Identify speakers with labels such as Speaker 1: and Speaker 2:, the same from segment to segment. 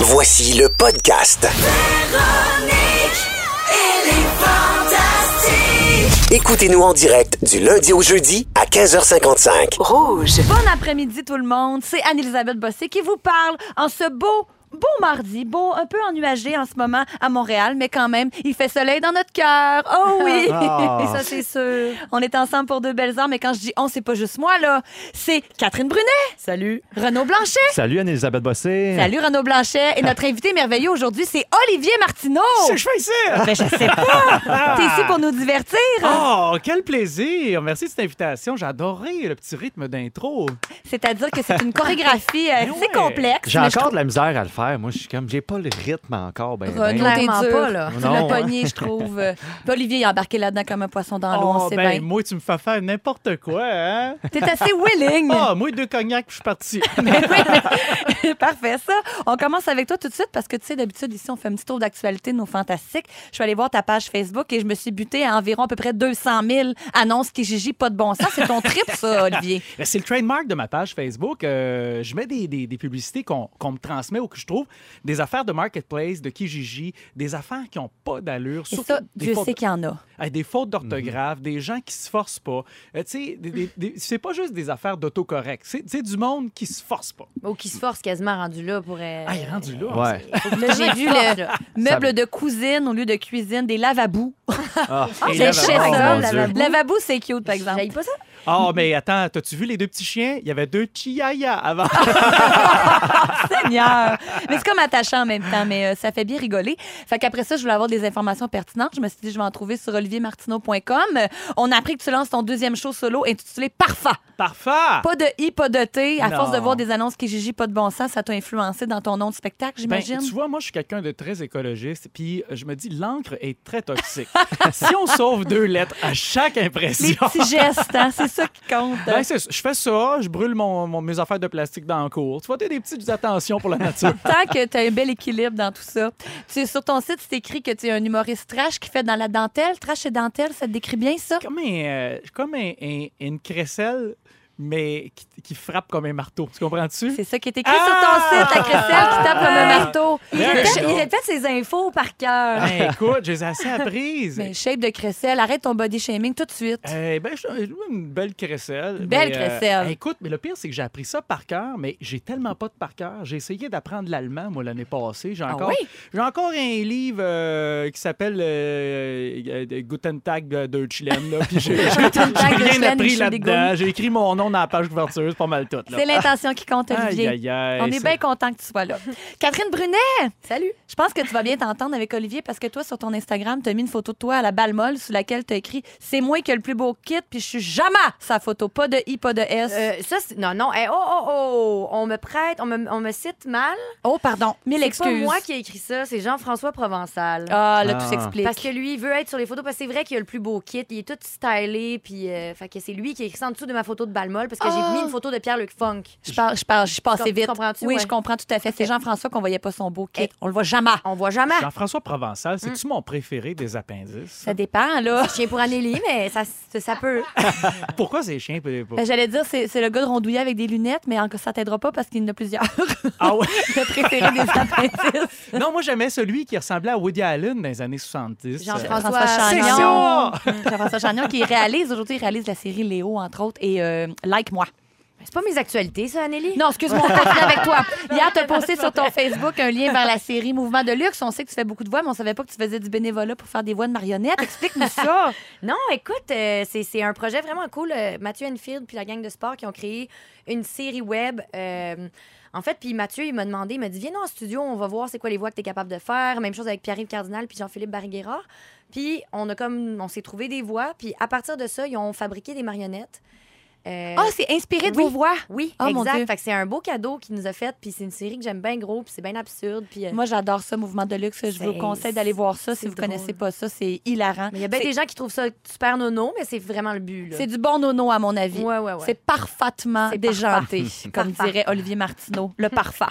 Speaker 1: Voici le podcast. Écoutez-nous en direct du lundi au jeudi à 15h55.
Speaker 2: Bon après-midi tout le monde, c'est Anne-Elisabeth Bossé qui vous parle en ce beau beau mardi, beau un peu ennuagé en ce moment à Montréal, mais quand même, il fait soleil dans notre cœur. Oh oui,
Speaker 3: Ah.
Speaker 2: ça c'est sûr. On est ensemble pour deux belles heures, mais quand je dis on, c'est pas juste moi là, c'est Catherine Brunet. Salut. Renaud Blanchet.
Speaker 3: Salut Anne-Elisabeth Bossé.
Speaker 2: Salut Renaud Blanchet et notre invité merveilleux aujourd'hui, c'est Olivier Martineau.
Speaker 4: Qu'est-ce que je fais ici?
Speaker 2: Mais Ah, ben, je sais pas. T'es ici pour nous divertir.
Speaker 3: Ah.
Speaker 4: Oh, quel plaisir! Merci de cette invitation. J'ai adoré le petit rythme d'intro.
Speaker 2: C'est-à-dire que c'est une chorégraphie euh,
Speaker 4: Mais
Speaker 2: assez
Speaker 4: ouais.
Speaker 2: complexe.
Speaker 3: J'ai
Speaker 2: mais
Speaker 3: encore de la misère à le faire. Moi, je suis comme, j'ai pas le rythme encore. Ben, ben.
Speaker 2: Renaud, t'es
Speaker 5: Clairement
Speaker 2: dur.
Speaker 5: pas, là.
Speaker 2: Tu
Speaker 3: Non,
Speaker 2: l'as
Speaker 3: hein.
Speaker 2: pogné, je trouve. Euh, Puis Olivier il est embarqué là-dedans comme un poisson dans l'eau, on
Speaker 4: oh,
Speaker 2: sait
Speaker 4: ben,
Speaker 2: bien.
Speaker 4: moi, tu me fais faire n'importe quoi, hein?
Speaker 2: T'es assez willing.
Speaker 4: Ah, moi, deux cognacs, puis je suis parti.
Speaker 2: Ben Parfait, ça. On commence avec toi tout de suite parce que, tu sais, d'habitude, ici, on fait un petit tour d'actualité de nos fantastiques. Je suis allée voir ta page Facebook et je me suis butée à environ à peu près 200 000 annonces qui gigi pas de bon sens. C'est ton trip, ça, Olivier.
Speaker 4: Ben, c'est le trademark de ma page Facebook. Euh, je mets des, des- des publicités qu'on qu'on me transmet ou que je trouve, des affaires de marketplace, de Kijiji, des affaires qui n'ont pas d'allure.
Speaker 2: Et
Speaker 4: surtout
Speaker 2: ça,
Speaker 4: des
Speaker 2: Dieu
Speaker 4: fautes-
Speaker 2: sait qu'il y en a. Mhm.
Speaker 4: Hey, des fautes d'orthographe, des gens qui se forcent pas. Euh, tu sais, des- des- des- c'est pas juste des affaires d'autocorrect. C'est c'est du monde qui se force pas.
Speaker 2: Euh,
Speaker 5: Ou qui se force quasiment rendu là pour. euh,
Speaker 4: Ah, il est rendu là. hein,
Speaker 3: Ouais.
Speaker 5: Là, j'ai vu le.
Speaker 2: Meubles de cousine au lieu de cuisine, des lavabous.
Speaker 3: Ah.
Speaker 4: Et
Speaker 2: J'ai
Speaker 4: là,
Speaker 2: chez
Speaker 3: oh,
Speaker 2: ça,
Speaker 3: mon Dieu.
Speaker 2: lavabous. Lavabous, c'est cute, par exemple.
Speaker 5: J'haïs pas ça?
Speaker 4: Ah, mais attends, t'as-tu vu les deux petits chiens? Il y avait deux chiaya avant.
Speaker 2: Seigneur! Mais c'est comme attachant en même temps, mais euh, ça fait bien rigoler. Fait qu'après ça, je voulais avoir des informations pertinentes. Je me suis dit, je vais en trouver sur oliviermartineau.com. Euh, On a appris que tu lances ton deuxième show solo intitulé Parfait.
Speaker 4: Parfait!
Speaker 2: Pas de i, pas de t. À
Speaker 4: Non.
Speaker 2: force de voir des annonces qui gigi pas de bon sens, ça t'a influencé dans ton nom de spectacle,
Speaker 4: Ben,
Speaker 2: j'imagine?
Speaker 4: tu vois, moi, je suis quelqu'un de très écologiste, puis je me dis, l'encre est très toxique. si on sauve deux lettres à chaque
Speaker 2: Les euh,
Speaker 4: impression,
Speaker 2: petits gestes, hein, c'est ça qui compte.
Speaker 4: ben, c'est ça. je fais ça, je brûle mon, mon- mes affaires de plastique dans le cours. Tu vois, t'as des petites attentions pour la nature.
Speaker 2: Tant que tu as un bel équilibre dans tout ça. Tu es sur ton site, c'est écrit que tu es un humoriste trash qui fait dans la dentelle. Trash et dentelle, ça te décrit bien ça?
Speaker 4: comme un, euh, comme un- un- une crécelle, mais qui, qui frappe comme un marteau. Tu comprends-tu?
Speaker 2: C'est ça qui est écrit
Speaker 4: Ah!
Speaker 2: sur ton site, la crécelle qui tape comme un marteau. Ah.
Speaker 4: Il a fait- il a
Speaker 2: fait ses infos par cœur.
Speaker 4: Hey, Ah, écoute, j'ai assez apprises.
Speaker 2: Mais shape de crécelle, arrête ton body shaming tout de suite.
Speaker 4: Eh ben, je- je- une belle crécelle.
Speaker 2: Belle
Speaker 4: mais, euh,
Speaker 2: crécelle.
Speaker 4: écoute, mais le pire, c'est que j'ai appris ça par cœur, mais j'ai tellement pas de par cœur. J'ai essayé d'apprendre l'allemand, moi, l'année passée. J'ai encore,
Speaker 2: Ah oui?
Speaker 4: j'ai encore un livre euh, qui s'appelle euh, euh, Guten Tag de Chilen. Puis j'ai, j'ai-
Speaker 2: Guten Tag
Speaker 4: j'ai
Speaker 2: der
Speaker 4: rien
Speaker 2: Chilen,
Speaker 4: appris
Speaker 2: Michel
Speaker 4: là-dedans.
Speaker 2: Desgoum.
Speaker 4: J'ai écrit mon nom dans la page couverture, c'est pas mal tout. Là.
Speaker 2: C'est l'intention qui compte, Olivier.
Speaker 4: Aïe, aïe, aïe,
Speaker 2: On est
Speaker 4: c'est-
Speaker 2: bien content que tu sois là. Catherine Brunet,
Speaker 5: Salut.
Speaker 2: je pense que tu vas bien t'entendre avec Olivier parce que toi, sur ton Instagram, tu as mis une photo de toi à la balle molle sous laquelle tu as écrit C'est moi qui ai le plus beau kit, puis je suis jamais sa photo. Pas de I, pas de S.
Speaker 5: Euh, ça, c'est- non, non. Hey, oh, oh, oh. On me prête, on me, on me cite mal.
Speaker 2: oh, pardon, mille
Speaker 5: C'est
Speaker 2: excuses.
Speaker 5: pas moi qui ai écrit ça, c'est Jean-François Provençal.
Speaker 2: Ah, là, tout
Speaker 3: Ah.
Speaker 2: s'explique.
Speaker 5: Parce que lui, il veut être sur les photos parce que c'est vrai qu'il a le plus beau kit. Il est tout stylé. Puis, euh, fait que c'est lui qui a écrit ça en dessous de ma photo de Balmol parce que
Speaker 2: Ah.
Speaker 5: j'ai mis une photo de Pierre-Luc Funk.
Speaker 2: Je, parle, je, parle, je passais
Speaker 5: Com-
Speaker 2: vite.
Speaker 5: comprends-tu?
Speaker 2: Oui,
Speaker 5: Ouais.
Speaker 2: je comprends tout à fait. C'est Jean-François qu'on voyait pas son beau kit.
Speaker 5: Hey.
Speaker 2: On le voit jamais.
Speaker 5: On voit jamais.
Speaker 4: Jean-François Provençal, c'est-tu mon préféré des appendices?
Speaker 2: Hmm. Ça dépend, là.
Speaker 5: Je tiens pour Anélie, mais ça, ça peut.
Speaker 4: Ah, Pourquoi c'est chien? puis- pour-
Speaker 2: Ben, J'allais dire, c'est c'est le gars de rondouillet avec des lunettes, mais en- ça t'aidera pas parce qu'il y en a plusieurs.
Speaker 4: Ah ouais?
Speaker 2: le préféré des appendices.
Speaker 4: Non, moi, j'aimais celui qui ressemblait à Woody Allen dans les années 70.
Speaker 5: Jean-François
Speaker 2: François
Speaker 4: C'est
Speaker 2: Chagnon. Mm,
Speaker 4: ça!
Speaker 2: Jean-François Chagnon qui réalise, aujourd'hui, il réalise la série Léo, entre autres, et euh, Like Moi.
Speaker 5: C'est pas mes actualités, ça, Anélie?
Speaker 2: Non, excuse-moi, on continue avec toi. Hier, t'as posté sur ton Facebook un lien vers la série Mouvement de Luxe. On sait que tu fais beaucoup de voix, mais on savait pas que tu faisais du bénévolat pour faire des voix de marionnettes. Explique-nous ça.
Speaker 5: Non, écoute, euh, c'est c'est un projet vraiment cool. Euh, Mathieu Enfield puis la gang de sport qui ont créé une série web. euh, en fait, puis Mathieu, il m'a demandé, il m'a dit, viens dans le studio, on va voir c'est quoi les voix que tu es capable de faire. Même chose avec Pierre-Yves Cardinal puis Jean-Philippe Barguera. Puis on a comme, on s'est trouvé des voix. Puis à partir de ça, ils ont fabriqué des marionnettes. Euh,
Speaker 2: Ah, c'est inspiré de
Speaker 5: Oui.
Speaker 2: vos voix.
Speaker 5: oui,
Speaker 2: Ah, mon Dieu.
Speaker 5: exact. Fait que c'est un beau cadeau qu'ils nous a fait. Puis c'est une série que j'aime bien gros, puis c'est bien absurde. Puis euh,
Speaker 2: Moi, j'adore ça, Mouvement de Luxe. Je vous
Speaker 5: C'est-
Speaker 2: conseille d'aller voir ça si
Speaker 5: c'est
Speaker 2: vous
Speaker 5: drôle.
Speaker 2: connaissez pas ça. C'est hilarant.
Speaker 5: mais il y a bien
Speaker 2: C'est-
Speaker 5: des gens qui trouvent ça super nono, mais c'est vraiment le but. là.
Speaker 2: C'est du bon nono, à mon avis.
Speaker 5: Ouais, ouais, ouais.
Speaker 2: C'est parfaitement
Speaker 5: C'est
Speaker 2: déjanté, comme
Speaker 5: Parfait.
Speaker 2: dirait Olivier Martineau. Le parfait.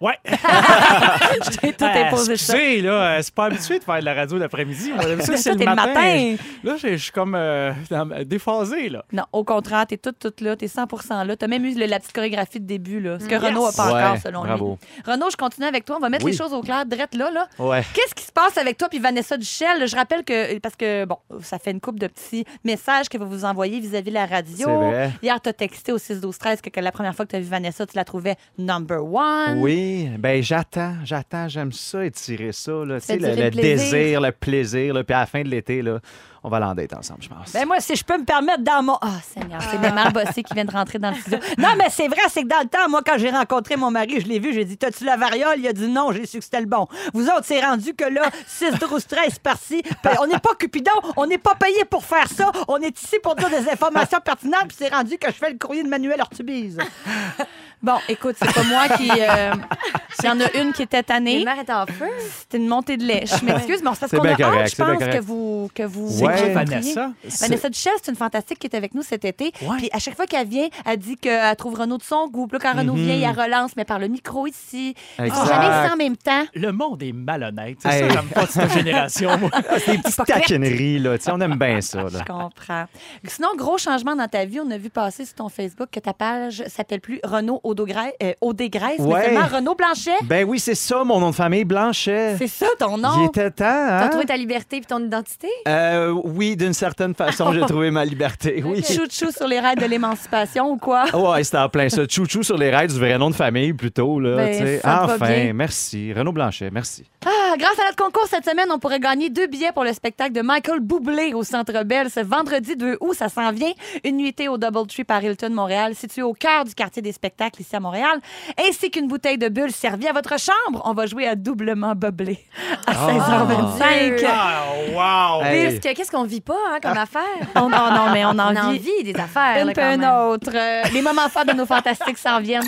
Speaker 4: Ouais!
Speaker 2: Je t'ai tout imposé Ah, ça.
Speaker 4: excusez, là, euh, c'est pas habitué de faire de la radio l'après-midi. Moi, d'habitude,
Speaker 2: Ça,
Speaker 4: c'est le
Speaker 2: t'es le
Speaker 4: matin.
Speaker 2: matin.
Speaker 4: Là, je je suis comme euh, dans- déphasé, là.
Speaker 2: Non, au contraire, t'es toute, toute là, t'es 100 là. T'as même eu le- la petite chorégraphie de début, là. Ce que
Speaker 4: Yes.
Speaker 2: Renaud a pas
Speaker 3: Mm. Ouais,
Speaker 2: encore, selon
Speaker 3: bravo.
Speaker 2: lui. Renaud, je continue avec toi. On va mettre
Speaker 3: Oui.
Speaker 2: les choses au clair, drette là, là.
Speaker 3: Ouais.
Speaker 2: Qu'est-ce qui se passe avec toi puis Vanessa Duchel? Je rappelle que, parce que, bon, ça fait une couple de petits messages que vous vous envoyez vis-à-vis la radio.
Speaker 3: C'est vrai.
Speaker 2: Hier, t'as texté au 6 12 13 que, que la première fois que t'as vu Vanessa, tu la trouvais number one.
Speaker 3: Oui, ben j'attends, j'attends, j'aime ça étirer ça, là, tu sais,
Speaker 2: durer
Speaker 3: le,
Speaker 2: le
Speaker 3: le
Speaker 2: plaisir.
Speaker 3: désir, le plaisir, là, puis à la fin de l'été, là, on va l'endetter ensemble, je pense.
Speaker 2: Ben moi, si je peux me permettre, dans mon... Oh, Seigneur, c'est ma mère bossée qui vient de rentrer dans le studio. Non, mais c'est vrai, c'est que dans le temps, moi, quand j'ai rencontré mon mari, je l'ai vu, j'ai dit, t'as-tu la variole? Il a dit non, j'ai su que c'était le bon. Vous autres, c'est rendu que là, 6, 12, 13 par-ci. Puis On n'est pas Cupidon, on n'est pas payé pour faire ça. On est ici pour dire des informations pertinentes, puis c'est rendu que je fais le courrier de Manuel Ortubise. Bon, écoute, c'est pas moi qui... euh, Il y en a une qui était
Speaker 5: Les
Speaker 2: tannée.
Speaker 5: mères étaient en feu.
Speaker 2: C'était une montée de lait. Je m'excuse, mais c'est parce
Speaker 3: C'est
Speaker 2: qu'on a
Speaker 3: bien
Speaker 2: hâte,
Speaker 3: correct,
Speaker 2: je
Speaker 3: c'est bien
Speaker 2: pense, que
Speaker 3: correct.
Speaker 2: vous, que vous...
Speaker 3: C'est qui,
Speaker 2: vous
Speaker 4: Vanessa?
Speaker 2: rentriez. Vanessa Duchel, c'est une fantastique qui est avec nous cet été.
Speaker 4: Ouais.
Speaker 2: Puis à chaque fois qu'elle vient, elle dit qu'elle trouve Renaud de son goût. Puis là, quand Renaud vient, il la relance, mais par le micro ici. Ils sont
Speaker 3: Exact.
Speaker 2: jamais ici en même temps.
Speaker 4: Le monde est malhonnête. C'est
Speaker 3: Hey.
Speaker 4: ça, j'aime pas cette génération, moi.
Speaker 3: Des petites taquineries, là, tu sais, on aime bien ça, là.
Speaker 2: Je comprends. Sinon, gros changement dans ta vie. On a vu passer sur ton Facebook que ta page s'appelle plus Renaud Audogre- euh, Audégraisse, mais
Speaker 3: Ouais.
Speaker 2: seulement Renaud Blanchet.
Speaker 3: Ben oui, c'est ça, mon nom de famille, Blanchet.
Speaker 2: C'est ça ton
Speaker 3: Il
Speaker 2: nom.
Speaker 3: était temps,
Speaker 5: T'as
Speaker 3: hein?
Speaker 5: trouvé ta liberté puis ton identité?
Speaker 3: Euh, oui, d'une certaine façon, j'ai trouvé ma liberté, oui.
Speaker 2: Chouchou sur les rails de l'émancipation ou quoi?
Speaker 3: Ah Ouais, c'était en plein ça. Chouchou sur les rails du vrai nom de famille, plutôt, là,
Speaker 2: Ben,
Speaker 3: tu sais.
Speaker 2: ça te va bien.
Speaker 3: Enfin, merci. Renaud Blanchet, merci.
Speaker 2: Ah, grâce à notre concours cette semaine, on pourrait gagner deux billets pour le spectacle de Michael Boublé au Centre Bell ce vendredi 2 août. Ça s'en vient. Une nuitée au Double Tree par Hilton Montréal, situé au cœur du quartier des spectacles ici à Montréal, ainsi qu'une bouteille de bulle servie à votre chambre. On va jouer à doublement boblé à 16h25.
Speaker 4: Ah, wow!
Speaker 3: Hey.
Speaker 5: Parce que Qu'est-ce qu'on vit pas hein,
Speaker 3: Ah.
Speaker 5: comme affaire?
Speaker 2: Oh non, non, mais on
Speaker 5: On
Speaker 2: en
Speaker 5: a
Speaker 2: vit.
Speaker 5: envie des affaires.
Speaker 2: Une
Speaker 5: là,
Speaker 2: peu
Speaker 5: quand
Speaker 2: une
Speaker 5: même.
Speaker 2: autre. Euh, les moments forts de nos fantastiques s'en viennent.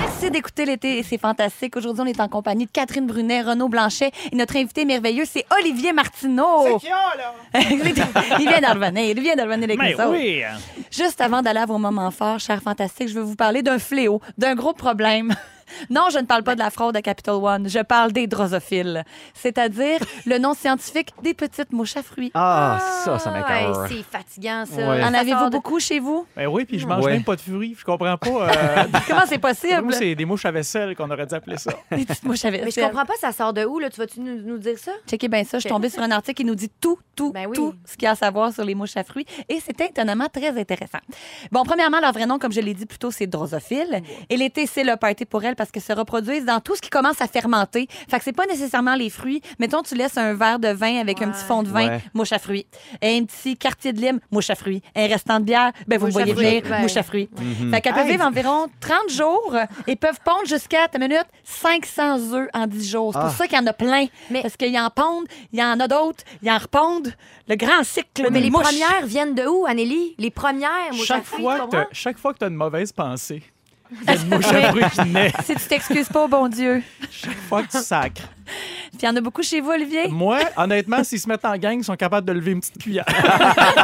Speaker 2: Merci d'écouter l'été, c'est fantastique. Aujourd'hui, on est en compagnie de Catherine Brunet, Renaud Blanchet et notre invité merveilleux, c'est Olivier Martineau. il vient d'en revenir, il vient d'en revenir avec
Speaker 4: Mais
Speaker 2: nous autres.
Speaker 4: oui!
Speaker 2: Juste avant d'aller à vos moments forts, chers fantastiques, je veux vous parler d'un fléau, d'un gros problème. Non, je ne parle pas de la fraude à Capital One, je parle des drosophiles, c'est-à-dire le nom scientifique des petites mouches à fruits.
Speaker 3: Ah, ça, ça
Speaker 5: Ouais,
Speaker 3: m'écœure.
Speaker 5: C'est fatigant, ça.
Speaker 3: Ouais.
Speaker 5: Ça
Speaker 2: En avez-vous
Speaker 5: sort de-
Speaker 2: beaucoup chez vous?
Speaker 4: Ben oui, puis je mange
Speaker 3: Ouais.
Speaker 4: même pas de furie. Je comprends pas. euh,
Speaker 2: Comment c'est
Speaker 4: pour nous,
Speaker 2: possible?
Speaker 4: c'est des mouches à vaisselle qu'on aurait dû appeler ça.
Speaker 2: Des petites mouches à
Speaker 5: Mais je
Speaker 2: vaisselle.
Speaker 5: comprends pas, ça sort de où? Là? Tu vas-tu nous, nous dire ça?
Speaker 2: Checkez bien ça. Je suis tombée sur un article qui nous dit tout, tout,
Speaker 5: Ben oui.
Speaker 2: tout ce qu'il y a à savoir sur les mouches à fruits. Et c'était étonnamment très intéressant. Bon, premièrement, leur vrai nom, comme je l'ai dit plus tôt, c'est drosophiles.
Speaker 5: Mmh.
Speaker 2: Et l'été, c'est le party pour elles parce qu'elles se reproduisent dans tout ce qui commence à fermenter. Fait que c'est pas nécessairement les fruits. Mettons, tu laisses un verre de vin avec un petit fond de vin,
Speaker 3: Ouais.
Speaker 2: mouche à fruits. Et un petit quartier de lime, mouche à fruits. Un restant de bière, ben vous
Speaker 5: Mouche
Speaker 2: me
Speaker 5: à
Speaker 2: voyez
Speaker 5: fruits,
Speaker 2: venir,
Speaker 5: ouais.
Speaker 2: mouche à fruits. Fait qu'elles peuvent
Speaker 3: Hey.
Speaker 2: vivre environ 30 jours et peuvent pondre jusqu'à, ta minute, 500 œufs en 10 jours. C'est pour
Speaker 3: Ah.
Speaker 2: ça qu'il y en a plein.
Speaker 5: Mais-
Speaker 2: Parce qu'il en pondent, il y en a d'autres, il en repondent. Le grand cycle
Speaker 5: Mais
Speaker 2: des
Speaker 5: les
Speaker 2: mouches.
Speaker 5: premières viennent de où, Anélie? Les premières, moi,
Speaker 4: Chaque
Speaker 5: ça fait,
Speaker 4: fois,
Speaker 5: tu
Speaker 4: que t'as-
Speaker 5: comprends?
Speaker 4: chaque fois que tu as une mauvaise pensée, il y a une mouche à fruits qui naît.
Speaker 2: Si tu t'excuses pas au bon Dieu.
Speaker 4: Chaque fois que tu sacres.
Speaker 2: Puis il y en a beaucoup chez vous, Olivier.
Speaker 4: Moi, honnêtement, s'ils se mettent en gang, ils sont capables de lever une petite cuillère.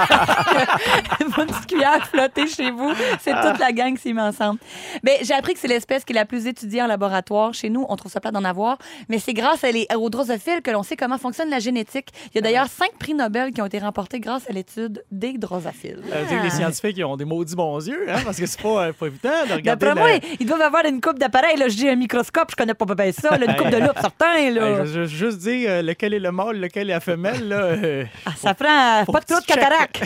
Speaker 2: Une petite cuillère flottée chez vous. C'est toute la gang s'y met ensemble. Mais j'ai appris que c'est l'espèce qui est la plus étudiée en laboratoire. Chez nous, on trouve ça plat d'en avoir. Mais c'est grâce à les, aux drosophiles que l'on sait comment fonctionne la génétique. Il y a d'ailleurs cinq prix Nobel qui ont été remportés grâce à l'étude des drosophiles.
Speaker 4: Euh, tu sais, les scientifiques, ils ont des maudits bons yeux, hein, parce que c'est pas, euh, pas évident de regarder.
Speaker 2: D'après
Speaker 4: la-
Speaker 2: moi, ils doivent avoir une coupe d'appareil. là. Je dis un microscope, je connais pas bien ça. là, une coupe de loupe, certain. Là.
Speaker 4: Euh, je veux ju- juste dire euh, lequel est le mâle, lequel est la femelle. Là, euh,
Speaker 2: Ah, ça prend euh,
Speaker 4: Faut
Speaker 2: pas de
Speaker 4: que tu
Speaker 2: clous de cataracte.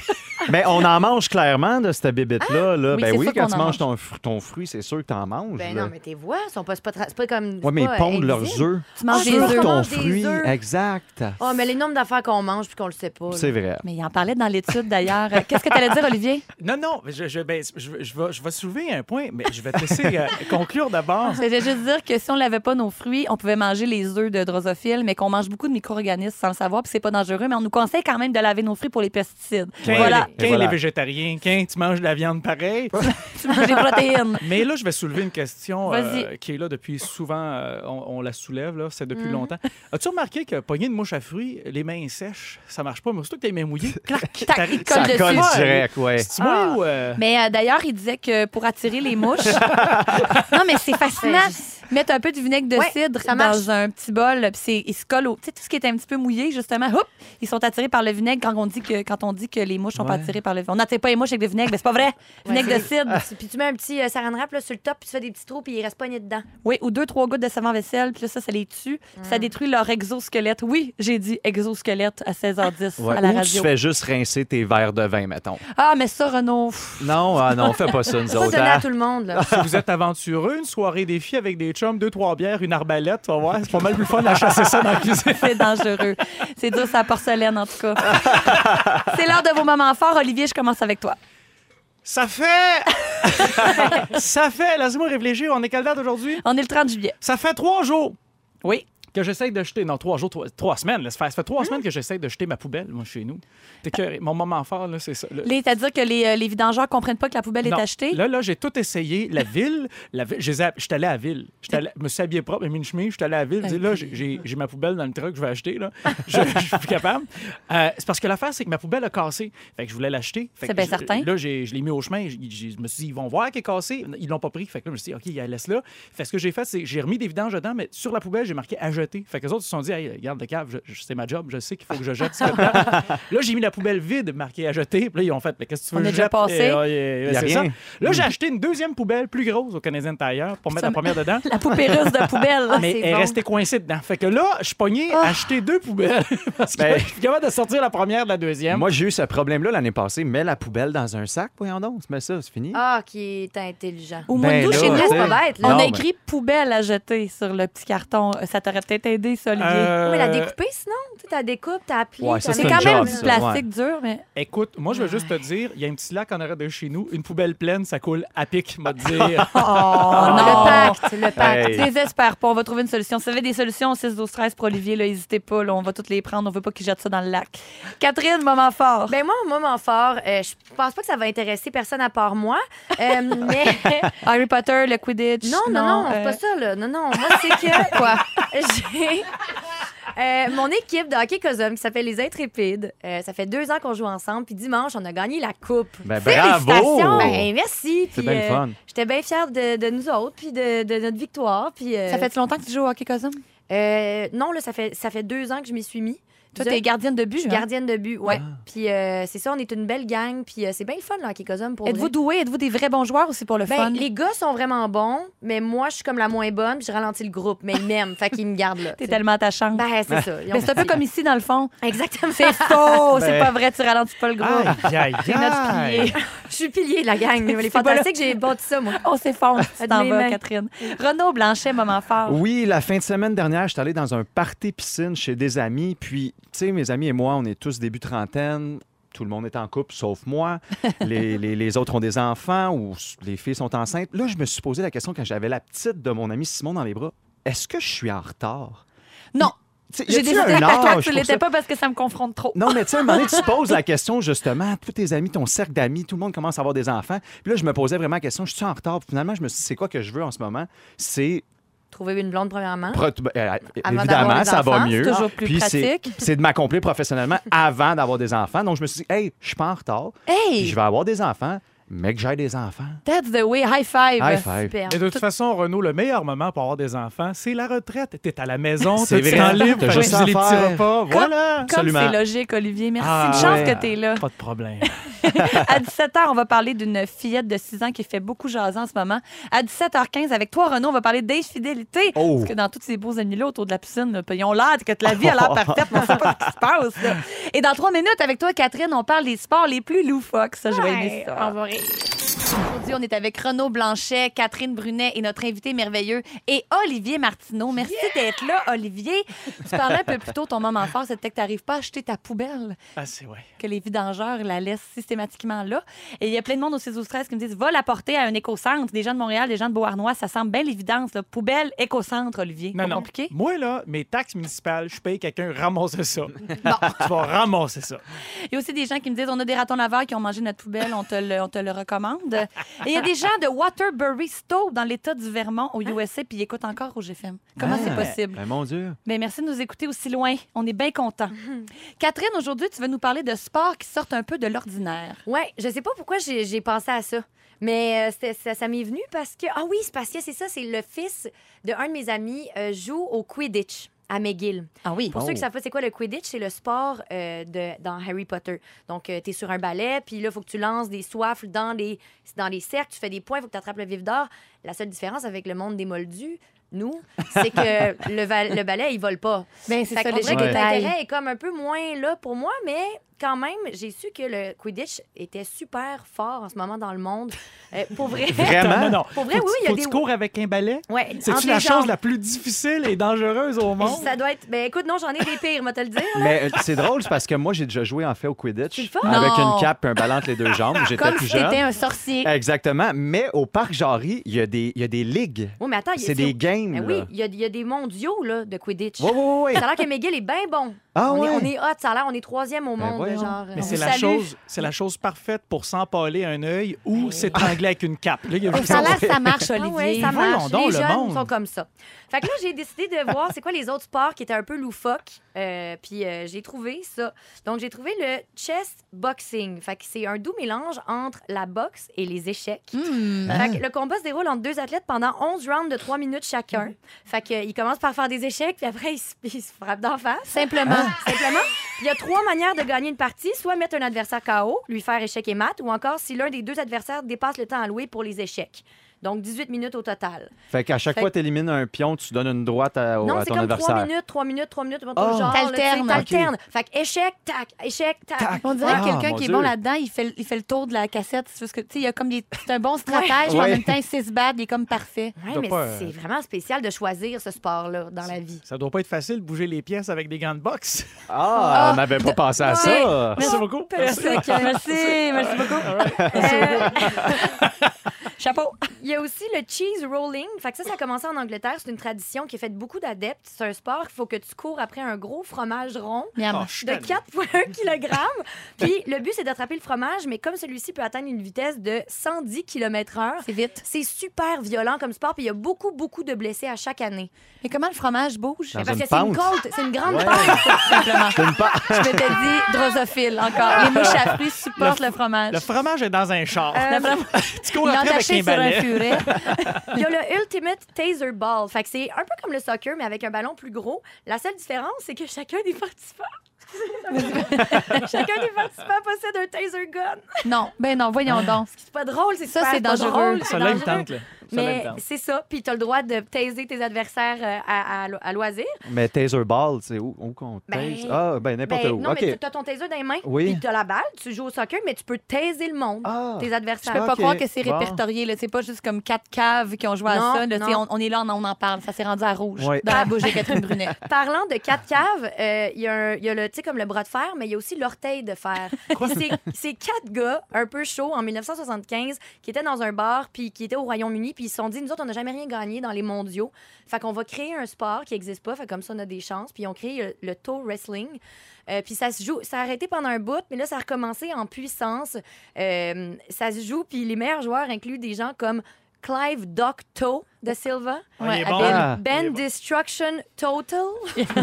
Speaker 3: Mais on en mange clairement de cette bébite-là. là.
Speaker 2: Ah, oui,
Speaker 3: ben
Speaker 2: c'est
Speaker 3: oui,
Speaker 2: sûr
Speaker 3: quand
Speaker 2: qu'on
Speaker 3: tu
Speaker 2: en
Speaker 3: manges ton, fr- ton fruit, c'est sûr que tu en manges.
Speaker 5: Ben
Speaker 3: là.
Speaker 5: non, mais tes voix, sont pas, c'est pas, tra- c'est pas comme.
Speaker 3: ouais, mais
Speaker 5: c'est pas,
Speaker 3: ils
Speaker 5: euh,
Speaker 3: pondent leurs
Speaker 5: invisible.
Speaker 3: œufs
Speaker 2: Tu manges des
Speaker 5: Ah,
Speaker 3: sur
Speaker 5: œufs.
Speaker 3: ton
Speaker 5: Mange des
Speaker 3: fruit.
Speaker 5: œufs.
Speaker 3: Exact.
Speaker 5: Ah, mais les nombres d'affaires qu'on mange puis qu'on le sait pas. là.
Speaker 3: C'est vrai.
Speaker 2: Mais il en parlait dans l'étude d'ailleurs. Euh, Qu'est-ce que tu allais dire, Olivier?
Speaker 4: non, non, je, je, ben, je, je vais, je vais soulever un point, mais je vais te laisser euh, conclure d'abord.
Speaker 2: C'était juste dire que si on n'avait pas nos fruits, on pouvait manger les œufs de drosophiles, mais qu'on mange beaucoup de micro-organismes sans le savoir, puis c'est pas dangereux. Mais on nous conseille quand même de laver nos fruits pour les pesticides.
Speaker 4: Quand
Speaker 2: Voilà,
Speaker 4: les,
Speaker 3: Et voilà.
Speaker 4: végétariens, quand tu manges de la viande pareil.
Speaker 2: tu manges des protéines.
Speaker 4: Mais là, je vais soulever une question euh,
Speaker 2: Vas-y. Mm.
Speaker 4: qui est là depuis souvent, euh, on, on la soulève, là, c'est depuis longtemps. As-tu remarqué que pogner une mouche à fruits, les mains sèches, ça marche pas, mais surtout que t'es les mains mouillées, clac,
Speaker 2: Tac,
Speaker 4: t'arrives-
Speaker 2: Colle
Speaker 3: Ça
Speaker 2: dessus.
Speaker 3: colle
Speaker 4: Ouais.
Speaker 3: direct, ouais.
Speaker 4: C'est-tu moi
Speaker 2: Ah.
Speaker 4: ou... euh,
Speaker 2: Mais euh, d'ailleurs, il disait que pour attirer les mouches. non, mais c'est fascinant. mettre un peu de vinaigre de
Speaker 5: Ouais,
Speaker 2: cidre
Speaker 5: ça marche.
Speaker 2: dans un petit bol, puis c'est- ils se collent au. Tu sais, tout ce qui est un petit peu mouillé, justement, hop, ils sont attirés par le vinaigre quand on dit que, quand on dit que les mouches sont pas
Speaker 4: Ouais.
Speaker 2: attirées par le vinaigre. On n'attire pas les mouches avec le vinaigre, mais c'est pas vrai. Vinaigre de cidre.
Speaker 5: Puis tu mets un petit euh, saran wrap là, sur le top, puis tu fais des petits trous, puis il reste pas né dedans.
Speaker 2: Oui, ou deux, trois gouttes de savon vaisselle, puis là, ça, ça les tue. puis Ça détruit leur exosquelette. Oui, j'ai dit exosquelette à 16h10
Speaker 3: Ouais.
Speaker 2: à la
Speaker 3: Ou
Speaker 2: radio.
Speaker 3: tu fais juste rincer tes verres de vin, mettons.
Speaker 2: Ah, mais ça, Renaud. pff,
Speaker 3: Non, ah non, fais pas ça, nous
Speaker 5: Ça
Speaker 3: autres.
Speaker 5: donner
Speaker 3: hein.
Speaker 5: à tout le monde. Là.
Speaker 4: Si vous êtes aventureux, une soirée des filles avec des chums, deux, trois bières, une arbalète, tu vas voir, c'est pas mal plus fun à chasser ça dans la cuisine.
Speaker 2: C'est dangereux. C'est dur, c'est la porcelaine, en tout cas. c'est l'heure de vos moments forts. Olivier, je commence avec toi.
Speaker 4: Ça fait. ça fait. Laissez-moi réfléchir, on est quelle date aujourd'hui?
Speaker 2: On est le 30 juillet.
Speaker 4: Ça fait trois jours
Speaker 2: Oui.
Speaker 4: que j'essaie de jeter. Non, trois jours, trois, trois semaines. laisse faire. Ça fait trois semaines que j'essaie de jeter ma poubelle, moi, chez nous. T'es que mon moment fort, là, c'est ça. là.
Speaker 2: Les- C'est-à-dire que les, euh, les vidangeurs comprennent pas que la poubelle
Speaker 4: Non.
Speaker 2: est achetée.
Speaker 4: Là, là, j'ai tout essayé. La ville, la ville je les ai- j'étais allé à la ville. J'étais allé- Je me suis habillé propre, j'ai mis une chemise, j'étais allé à la ville. Je dis, là, j'ai- j'ai j'ai ma poubelle dans le truck, je vais acheter. Là. Je, je suis plus capable. Euh, c'est parce que l'affaire, c'est que ma poubelle a cassé. Fait que je voulais l'acheter. Fait
Speaker 2: C'est
Speaker 4: que
Speaker 2: bien
Speaker 4: je-
Speaker 2: certain.
Speaker 4: Là, j'ai- je l'ai mis au chemin. J'ai- j'ai- Je me suis dit, ils vont voir qu'elle est cassée. Ils l'ont pas pris. Fait que là, je me suis dit, OK, ils la laissent là. Fait que ce que j'ai fait, c'est que j'ai remis des vidanges dedans, mais sur la poubelle, j'ai marqué à jeter. Fait que les autres, ils se sont dit, hey, garde le cave, je- je- c'est ma job, je sais qu'il faut que je jette ce que Là, j'ai mis la poubelle vide marquée à jeter. Puis là, ils ont fait, mais qu'est-ce que tu
Speaker 2: On
Speaker 4: veux
Speaker 2: est
Speaker 4: que je
Speaker 2: déjà
Speaker 4: jette?
Speaker 2: passé.
Speaker 4: Et, ah, et-
Speaker 3: Y a
Speaker 4: c'est
Speaker 3: rien. Mm.
Speaker 4: ça. Là, j'ai acheté une deuxième poubelle plus grosse au Canadien Tire pour mettre
Speaker 2: Ça
Speaker 4: la première dedans.
Speaker 2: La poupée russe de poubelle.
Speaker 5: Ah,
Speaker 4: Mais
Speaker 5: c'est
Speaker 4: elle
Speaker 5: bon.
Speaker 4: restait coincée dedans. Fait que là, je suis pogné à acheter deux poubelles parce que
Speaker 3: Ben-
Speaker 4: je suis capable de sortir la première de la deuxième.
Speaker 3: Moi, j'ai eu ce problème-là l'année passée. Mets la poubelle dans un sac, voyons donc. Tu mets ça, c'est fini.
Speaker 5: Ah, qui est intelligent.
Speaker 2: Au moins,
Speaker 3: Ben
Speaker 2: nous,
Speaker 3: là,
Speaker 2: chez nous,
Speaker 5: c'est
Speaker 2: on
Speaker 5: pas bête, là.
Speaker 3: Non,
Speaker 2: a
Speaker 3: mais-
Speaker 2: écrit poubelle à jeter sur le petit carton. Ça t'aurait peut-être aidé, ça, Olivier.
Speaker 4: Euh,
Speaker 5: Oui, mais la découper, sinon, tu sais, t'as découpes, t'as appliqué.
Speaker 3: Ouais, ça,
Speaker 2: c'est
Speaker 3: c'est
Speaker 2: quand
Speaker 3: une
Speaker 2: même
Speaker 3: job,
Speaker 2: du
Speaker 3: ça,
Speaker 2: plastique dur, mais
Speaker 4: Écoute, moi, je veux juste te dire, il y a un petit lac en arrière de chez nous, une poubelle pleine, ça coule à pic, m'a dire.
Speaker 2: oh,
Speaker 3: Ah,
Speaker 2: non.
Speaker 5: Ah, Le pacte, le pacte.
Speaker 3: Hey.
Speaker 2: Désespère pas, on va trouver une solution. Si vous avez des solutions au 6 12 13 pour Olivier, là, n'hésitez pas, là, on va toutes les prendre, on veut pas qu'il jette ça dans le lac. Catherine, moment fort.
Speaker 5: Ben moi, mon moment fort, euh, je pense pas que ça va intéresser personne à part moi. Euh, mais
Speaker 2: Harry Potter, le Quidditch.
Speaker 5: non, non, non, c'est
Speaker 2: euh,
Speaker 5: pas ça, là. Non, non, moi, c'est que, quoi, j'ai... euh, mon équipe de hockey Cosum qui s'appelle les Intrépides, euh, ça fait deux ans qu'on joue ensemble, puis dimanche, on a gagné la coupe.
Speaker 3: Ben,
Speaker 5: Félicitations!
Speaker 3: bravo!
Speaker 5: Ben, merci! puis,
Speaker 3: C'est bien le
Speaker 5: euh,
Speaker 3: fun.
Speaker 5: J'étais bien fière de, de nous autres, puis de, de notre victoire. Puis, euh,
Speaker 2: Ça fait longtemps que tu joues au hockey Cosum?
Speaker 5: euh, non, là, ça fait, ça fait deux ans que je m'y suis mis.
Speaker 2: Toi,
Speaker 5: Deux
Speaker 2: t'es gardienne de but.
Speaker 5: Je suis
Speaker 2: hein?
Speaker 5: gardienne de but, ouais. Puis euh, c'est ça, on est une belle gang, puis euh, c'est bien le fun, là, qui Cosum, pour
Speaker 2: Êtes-vous
Speaker 5: vrai.
Speaker 2: doué? Êtes-vous des vrais bons joueurs ou c'est pour le
Speaker 5: Ben,
Speaker 2: fun?
Speaker 5: les gars sont vraiment bons, mais moi, je suis comme la moins bonne, puis je ralentis le groupe, mais ils m'aiment, fait qu'ils me gardent là. tu
Speaker 2: T'es
Speaker 5: sais.
Speaker 2: tellement attachante.
Speaker 5: Ben, c'est ça. ils ont
Speaker 2: Ben, c'est un peu
Speaker 5: pitié.
Speaker 2: comme ici, dans le fond.
Speaker 5: Exactement.
Speaker 2: C'est faux! C'est
Speaker 3: Ben-
Speaker 2: pas Ah. vrai, tu ralentis pas le groupe.
Speaker 3: Ah,
Speaker 4: Aïe, aïe,
Speaker 2: T'es notre
Speaker 4: aïe.
Speaker 2: pilier.
Speaker 5: Je suis pilier de la gang. mais Les
Speaker 2: C'est pas là.
Speaker 5: fantastiques, j'ai bâti ça, moi.
Speaker 2: On s'effondre. Tu
Speaker 5: À
Speaker 2: t'en
Speaker 5: demi
Speaker 2: vas,
Speaker 5: main.
Speaker 2: Catherine. Renaud Blanchet, moment fort.
Speaker 3: Oui, la fin de semaine dernière, j'étais allé dans un party piscine chez des amis. Puis, tu sais, mes amis et moi, on est tous début trentaine. Tout le monde est en couple, sauf moi. Les, les- les autres ont des enfants ou s- les filles sont enceintes. Là, je me suis posé la question quand j'avais la petite de mon ami Simon dans les bras. Est-ce que je suis en retard?
Speaker 2: Non,
Speaker 3: Tu sais, y
Speaker 2: j'ai
Speaker 3: a-t-il
Speaker 2: décidé
Speaker 3: un
Speaker 2: par toi
Speaker 3: âge
Speaker 2: que tu
Speaker 3: pour
Speaker 2: l'étais
Speaker 3: ça?
Speaker 2: pas parce que ça me confronte trop.
Speaker 3: Non, mais tu sais, à un moment donné, tu te poses la question, justement, à tous tes amis, ton cercle d'amis, tout le monde commence à avoir des enfants. Puis là, je me posais vraiment la question, je suis en retard? Puis finalement, je me suis dit, c'est quoi que je veux en ce moment? C'est
Speaker 5: Trouver une blonde, premièrement.
Speaker 3: Pro- euh,
Speaker 5: Avant d'avoir
Speaker 3: évidemment,
Speaker 5: des
Speaker 3: ça
Speaker 5: enfants,
Speaker 3: va
Speaker 5: c'est
Speaker 3: mieux.
Speaker 2: toujours plus
Speaker 3: Puis c'est-
Speaker 2: pratique.
Speaker 3: C'est de m'accomplir professionnellement avant d'avoir des enfants. Donc, je me suis dit, hey, je suis pas en retard. Puis
Speaker 2: Hey!
Speaker 3: je vais avoir des enfants, mais que j'aille des enfants.
Speaker 2: That's the way. High five.
Speaker 3: High five.
Speaker 5: Super.
Speaker 4: Mais de toute façon, Renaud, le meilleur moment pour avoir des enfants, c'est la retraite. T'es à la maison,
Speaker 3: C'est
Speaker 4: t'es
Speaker 3: vrai.
Speaker 4: en libre,
Speaker 3: T'as
Speaker 4: fait que
Speaker 3: juste
Speaker 4: tu
Speaker 3: à
Speaker 4: les petits
Speaker 3: faire.
Speaker 4: repas. Voilà!
Speaker 2: Comme
Speaker 3: Absolument.
Speaker 2: c'est logique, Olivier. Merci.
Speaker 4: Ah,
Speaker 2: Une chance
Speaker 3: ouais.
Speaker 2: que t'es là.
Speaker 4: Pas de problème.
Speaker 2: À 17h, on va parler d'une fillette de 6 ans qui fait beaucoup jaser en ce moment. À 17h15, avec toi, Renaud, on va parler d'infidélité.
Speaker 3: Oh.
Speaker 2: Parce que dans tous ces beaux amis-là autour de la piscine, là, ils ont l'air que la vie a l'air parfaite, mais on sait pas ce qui se passe. là. Et dans trois minutes, avec toi, Catherine, on parle des sports les plus loufoques. Ça, je vais aimer ça. Aujourd'hui, on est avec Renaud Blanchet, Catherine Brunet et notre invité merveilleux et Olivier Martineau. Merci d'être là, Olivier. Tu parlais un peu plus tôt, ton moment fort, c'était que tu n'arrives pas à acheter ta poubelle,
Speaker 4: Ah, c'est ouais.
Speaker 2: que les vidangeurs la laissent systématiquement là. Et il y a plein de monde au 6 13 qui me disent va la porter à un écocentre. Des gens de Montréal, des gens de Beauharnois, ça semble bien l'évidence. là. Poubelle, écocentre, Olivier. Pas compliqué.
Speaker 4: Moi, là, mes taxes municipales, je paye quelqu'un ramasser ça. Tu vas ramasser ça.
Speaker 2: Il y a aussi des gens qui me disent on a des ratons laveurs qui ont mangé notre poubelle, on te le, on te le recommande. Et il y a des gens de Waterbury Stowe dans l'État du Vermont
Speaker 5: Hein?
Speaker 2: au USA puis ils écoutent encore au GFM. Comment c'est
Speaker 3: Ah.
Speaker 2: possible?
Speaker 3: Ben, mon Dieu.
Speaker 2: Mais merci de nous écouter aussi loin. On est bien contents. Catherine, aujourd'hui, tu veux nous parler de sports qui sortent un peu de l'ordinaire.
Speaker 5: Ouais, je sais pas pourquoi j'ai j'ai pensé à ça. Mais euh, c'était- ça, ça m'est venu parce que. Ah oui, Spatia, c'est ça. C'est le fils d'un de mes amis euh, joue au Quidditch à McGill.
Speaker 2: Ah oui.
Speaker 5: Pour
Speaker 3: Oh.
Speaker 5: ceux qui savent pas c'est quoi le Quidditch, c'est le sport euh, de, dans Harry Potter. Donc, tu es sur un balai, puis là, il faut que tu lances des soifles dans les, dans les cercles, tu fais des points, il faut que tu attrapes le vif d'or. La seule différence avec le monde des moldus, nous, c'est que le, va- le balai, il vole pas.
Speaker 2: Ben, c'est
Speaker 5: Fait
Speaker 2: ça,
Speaker 5: qu'on
Speaker 2: les
Speaker 5: dirait
Speaker 2: gens
Speaker 5: que
Speaker 3: Ouais.
Speaker 5: l'intérêt est comme un peu moins là pour moi, mais quand même, j'ai su que le Quidditch était super fort en ce moment dans le monde. Euh, pour vrai.
Speaker 3: Vraiment?
Speaker 4: Non, non.
Speaker 5: Pour vrai, oui, il y a
Speaker 4: Faut que
Speaker 5: des-
Speaker 4: tu cours avec un balai?
Speaker 5: Ouais, entre
Speaker 4: C'est-tu
Speaker 5: les
Speaker 4: la chose
Speaker 5: jambes.
Speaker 4: la plus difficile et dangereuse au monde?
Speaker 5: Ça doit être. Ben écoute, non, j'en ai des pires, moi te le dire.
Speaker 3: Mais euh, c'est drôle, c'est parce que moi, j'ai déjà joué en fait au
Speaker 5: Tu le
Speaker 3: Quidditch
Speaker 5: fais?
Speaker 3: avec
Speaker 2: Non.
Speaker 3: une cape et un ballon entre les deux jambes. J'étais
Speaker 2: Comme
Speaker 3: plus
Speaker 2: si
Speaker 3: jeune.
Speaker 2: t'étais un sorcier.
Speaker 3: Exactement. Mais au Parc Jarry, il y, a des- il y a des ligues.
Speaker 5: Oui, mais attends, il y a-
Speaker 3: C'est des games.
Speaker 5: Ben oui, il y, a- il y a des mondiaux là, de Quidditch.
Speaker 3: Oui, oui,
Speaker 5: Ça a l'air que McGill est bien bon.
Speaker 3: Ah
Speaker 5: on,
Speaker 3: ouais.
Speaker 5: est, on est hot, ça a l'air, on est troisième au
Speaker 3: Ben
Speaker 5: monde.
Speaker 3: voyons.
Speaker 5: genre, euh,
Speaker 4: Mais
Speaker 5: on
Speaker 4: c'est
Speaker 5: vous
Speaker 4: la,
Speaker 5: salue.
Speaker 4: chose, c'est la chose parfaite pour s'empaler un œil ou s'étrangler avec une cape. Là, il y a juste
Speaker 2: Oh, Ça a
Speaker 4: ça.
Speaker 2: l'air, ça marche,
Speaker 5: Ah
Speaker 2: Olivier.
Speaker 5: ouais, ça
Speaker 4: Voyons
Speaker 5: marche.
Speaker 4: donc,
Speaker 5: Les
Speaker 4: le
Speaker 5: jeunes
Speaker 4: monde.
Speaker 5: sont comme ça. Fait que là, j'ai décidé de voir c'est quoi les autres sports qui étaient un peu loufoques. Euh, puis euh, j'ai trouvé ça. Donc, j'ai trouvé le chess boxing. Fait que c'est un doux mélange entre la boxe et les échecs.
Speaker 2: Hmm.
Speaker 5: Fait que le combat se déroule entre deux athlètes pendant 11 rounds de 3 minutes chacun. Fait qu'ils commencent par faire des échecs, puis après, ils se, ils se frappent d'en face.
Speaker 2: Simplement.
Speaker 5: Simplement, il y a trois manières de gagner une partie soit mettre un adversaire KO, lui faire échec et mat, ou encore si l'un des deux adversaires dépasse le temps alloué pour les échecs. Donc 18 minutes au total.
Speaker 3: Fait qu'à chaque
Speaker 5: Fait-
Speaker 3: fois, tu élimines un pion, tu donnes une droite à, au-
Speaker 5: non,
Speaker 3: Oh, à
Speaker 5: c'est
Speaker 3: ton
Speaker 5: comme
Speaker 3: adversaire.
Speaker 5: 3 minutes, 3 minutes, 3 minutes,
Speaker 3: Oh.
Speaker 5: genre, là, tu sais,
Speaker 2: T'alternes.
Speaker 5: t'alternes. Fait que échec, tac, échec, tac.
Speaker 2: On dirait
Speaker 3: Ah,
Speaker 2: que quelqu'un
Speaker 3: mon
Speaker 2: qui est
Speaker 3: Dieu.
Speaker 2: bon là-dedans, il fait, il fait le tour de la cassette. C'est juste que, tu sais, il y a comme des- c'est un bon stratège, mais en
Speaker 3: Ouais.
Speaker 2: même temps, il sait se battre, il est comme parfait.
Speaker 5: Ouais,
Speaker 4: T'as
Speaker 5: mais
Speaker 4: pas, euh,
Speaker 5: c'est vraiment spécial de choisir ce sport-là dans la vie.
Speaker 4: Ça doit pas être facile de bouger les pièces avec des gants de boxe.
Speaker 3: Ah, on n'avait pas pensé à ça.
Speaker 4: Merci beaucoup.
Speaker 2: Merci, merci, merci beaucoup.
Speaker 5: Euh,
Speaker 2: Chapeau.
Speaker 5: Il y a aussi le cheese rolling. Fait que ça, ça a commencé en Angleterre. C'est une tradition qui est faite beaucoup d'adeptes. C'est un sport qu'il faut que tu cours après un gros fromage rond.
Speaker 2: Miam.
Speaker 4: Oh, je suis
Speaker 5: de
Speaker 4: tanné.
Speaker 5: 4,1 kg. Puis le but, c'est d'attraper le fromage, mais comme celui-ci peut atteindre une vitesse de 110 km/h,
Speaker 2: C'est vite.
Speaker 5: c'est super violent comme sport, puis il y a beaucoup, beaucoup de blessés à chaque année.
Speaker 2: Mais comment le fromage bouge? Eh ben,
Speaker 3: Dans
Speaker 5: Mais parce
Speaker 3: une
Speaker 5: que c'est une
Speaker 3: pente.
Speaker 5: côte, c'est une grande
Speaker 3: Ouais.
Speaker 5: pente.
Speaker 2: Simplement.
Speaker 3: T'aimes pas-
Speaker 2: Je m'étais dit drosophile encore. Les mouches à fruits supportent le, fromage.
Speaker 4: Le fromage est dans un char.
Speaker 5: Euh,
Speaker 2: Le fromage.
Speaker 4: tu cours
Speaker 2: Il est
Speaker 4: après avec
Speaker 2: attaché
Speaker 4: un
Speaker 2: sur un
Speaker 4: balai.
Speaker 2: furet.
Speaker 5: Il y a le Ultimate Taser Ball. Fait que c'est un peu comme le soccer, mais avec un ballon plus gros. La seule différence, c'est que chacun des participants. chacun des participants possède un taser gun.
Speaker 2: Non, ben non, voyons donc.
Speaker 5: C'est pas drôle, c'est
Speaker 2: Ça,
Speaker 5: super
Speaker 2: c'est
Speaker 5: pas
Speaker 2: dangereux.
Speaker 5: drôle, c'est
Speaker 4: Celle-là, il me
Speaker 5: dangereux.
Speaker 4: tente. là. Celle-là, il me
Speaker 5: Mais
Speaker 4: tente.
Speaker 5: c'est ça, puis t'as le droit de taiser tes adversaires euh, à, à, lo- à loisir.
Speaker 3: Mais taser ball, c'est où, où qu'on
Speaker 5: Ben,
Speaker 3: tase? Ah, ben n'importe
Speaker 5: Ben,
Speaker 3: où.
Speaker 5: non,
Speaker 3: OK.
Speaker 5: mais tu as ton taser dans les mains,
Speaker 3: Oui.
Speaker 5: puis tu as la balle, tu joues au soccer, mais tu peux taiser le monde,
Speaker 3: Ah.
Speaker 5: tes
Speaker 2: Je
Speaker 5: adversaires.
Speaker 2: peux pas
Speaker 3: Ok,
Speaker 2: croire que c'est
Speaker 3: bon.
Speaker 2: répertorié. là. C'est pas juste comme quatre caves qui ont joué
Speaker 5: Non,
Speaker 2: à ça. là. Tu sais,
Speaker 5: non.
Speaker 2: On, on est là, on en parle. Ça s'est rendu à rouge
Speaker 3: Ouais.
Speaker 2: dans la bouche de Catherine Brunet.
Speaker 5: Parlant de quatre caves, euh, il y, a un- il y a le, tu sais, comme le bras de fer, mais il y a aussi l'orteil de fer. C'est- C'est quatre gars un peu chauds en 1975 qui étaient dans un bar, puis qui étaient au Royaume-Uni, puis ils se sont dit, nous autres, on n'a jamais rien gagné dans les mondiaux. Fait qu'on va créer un sport qui n'existe pas, fait comme ça, on a des chances. Puis ils ont créé euh, le, le toe wrestling. Euh, puis ça se joue, ça a arrêté pendant un bout, mais là, ça a recommencé en puissance. Euh, ça se joue, puis les meilleurs joueurs incluent des gens comme Clive Doc Toe de Silva.
Speaker 4: On
Speaker 2: Ouais,
Speaker 4: est bon.
Speaker 5: Ben,
Speaker 3: Ah.
Speaker 5: ben Destruction Total.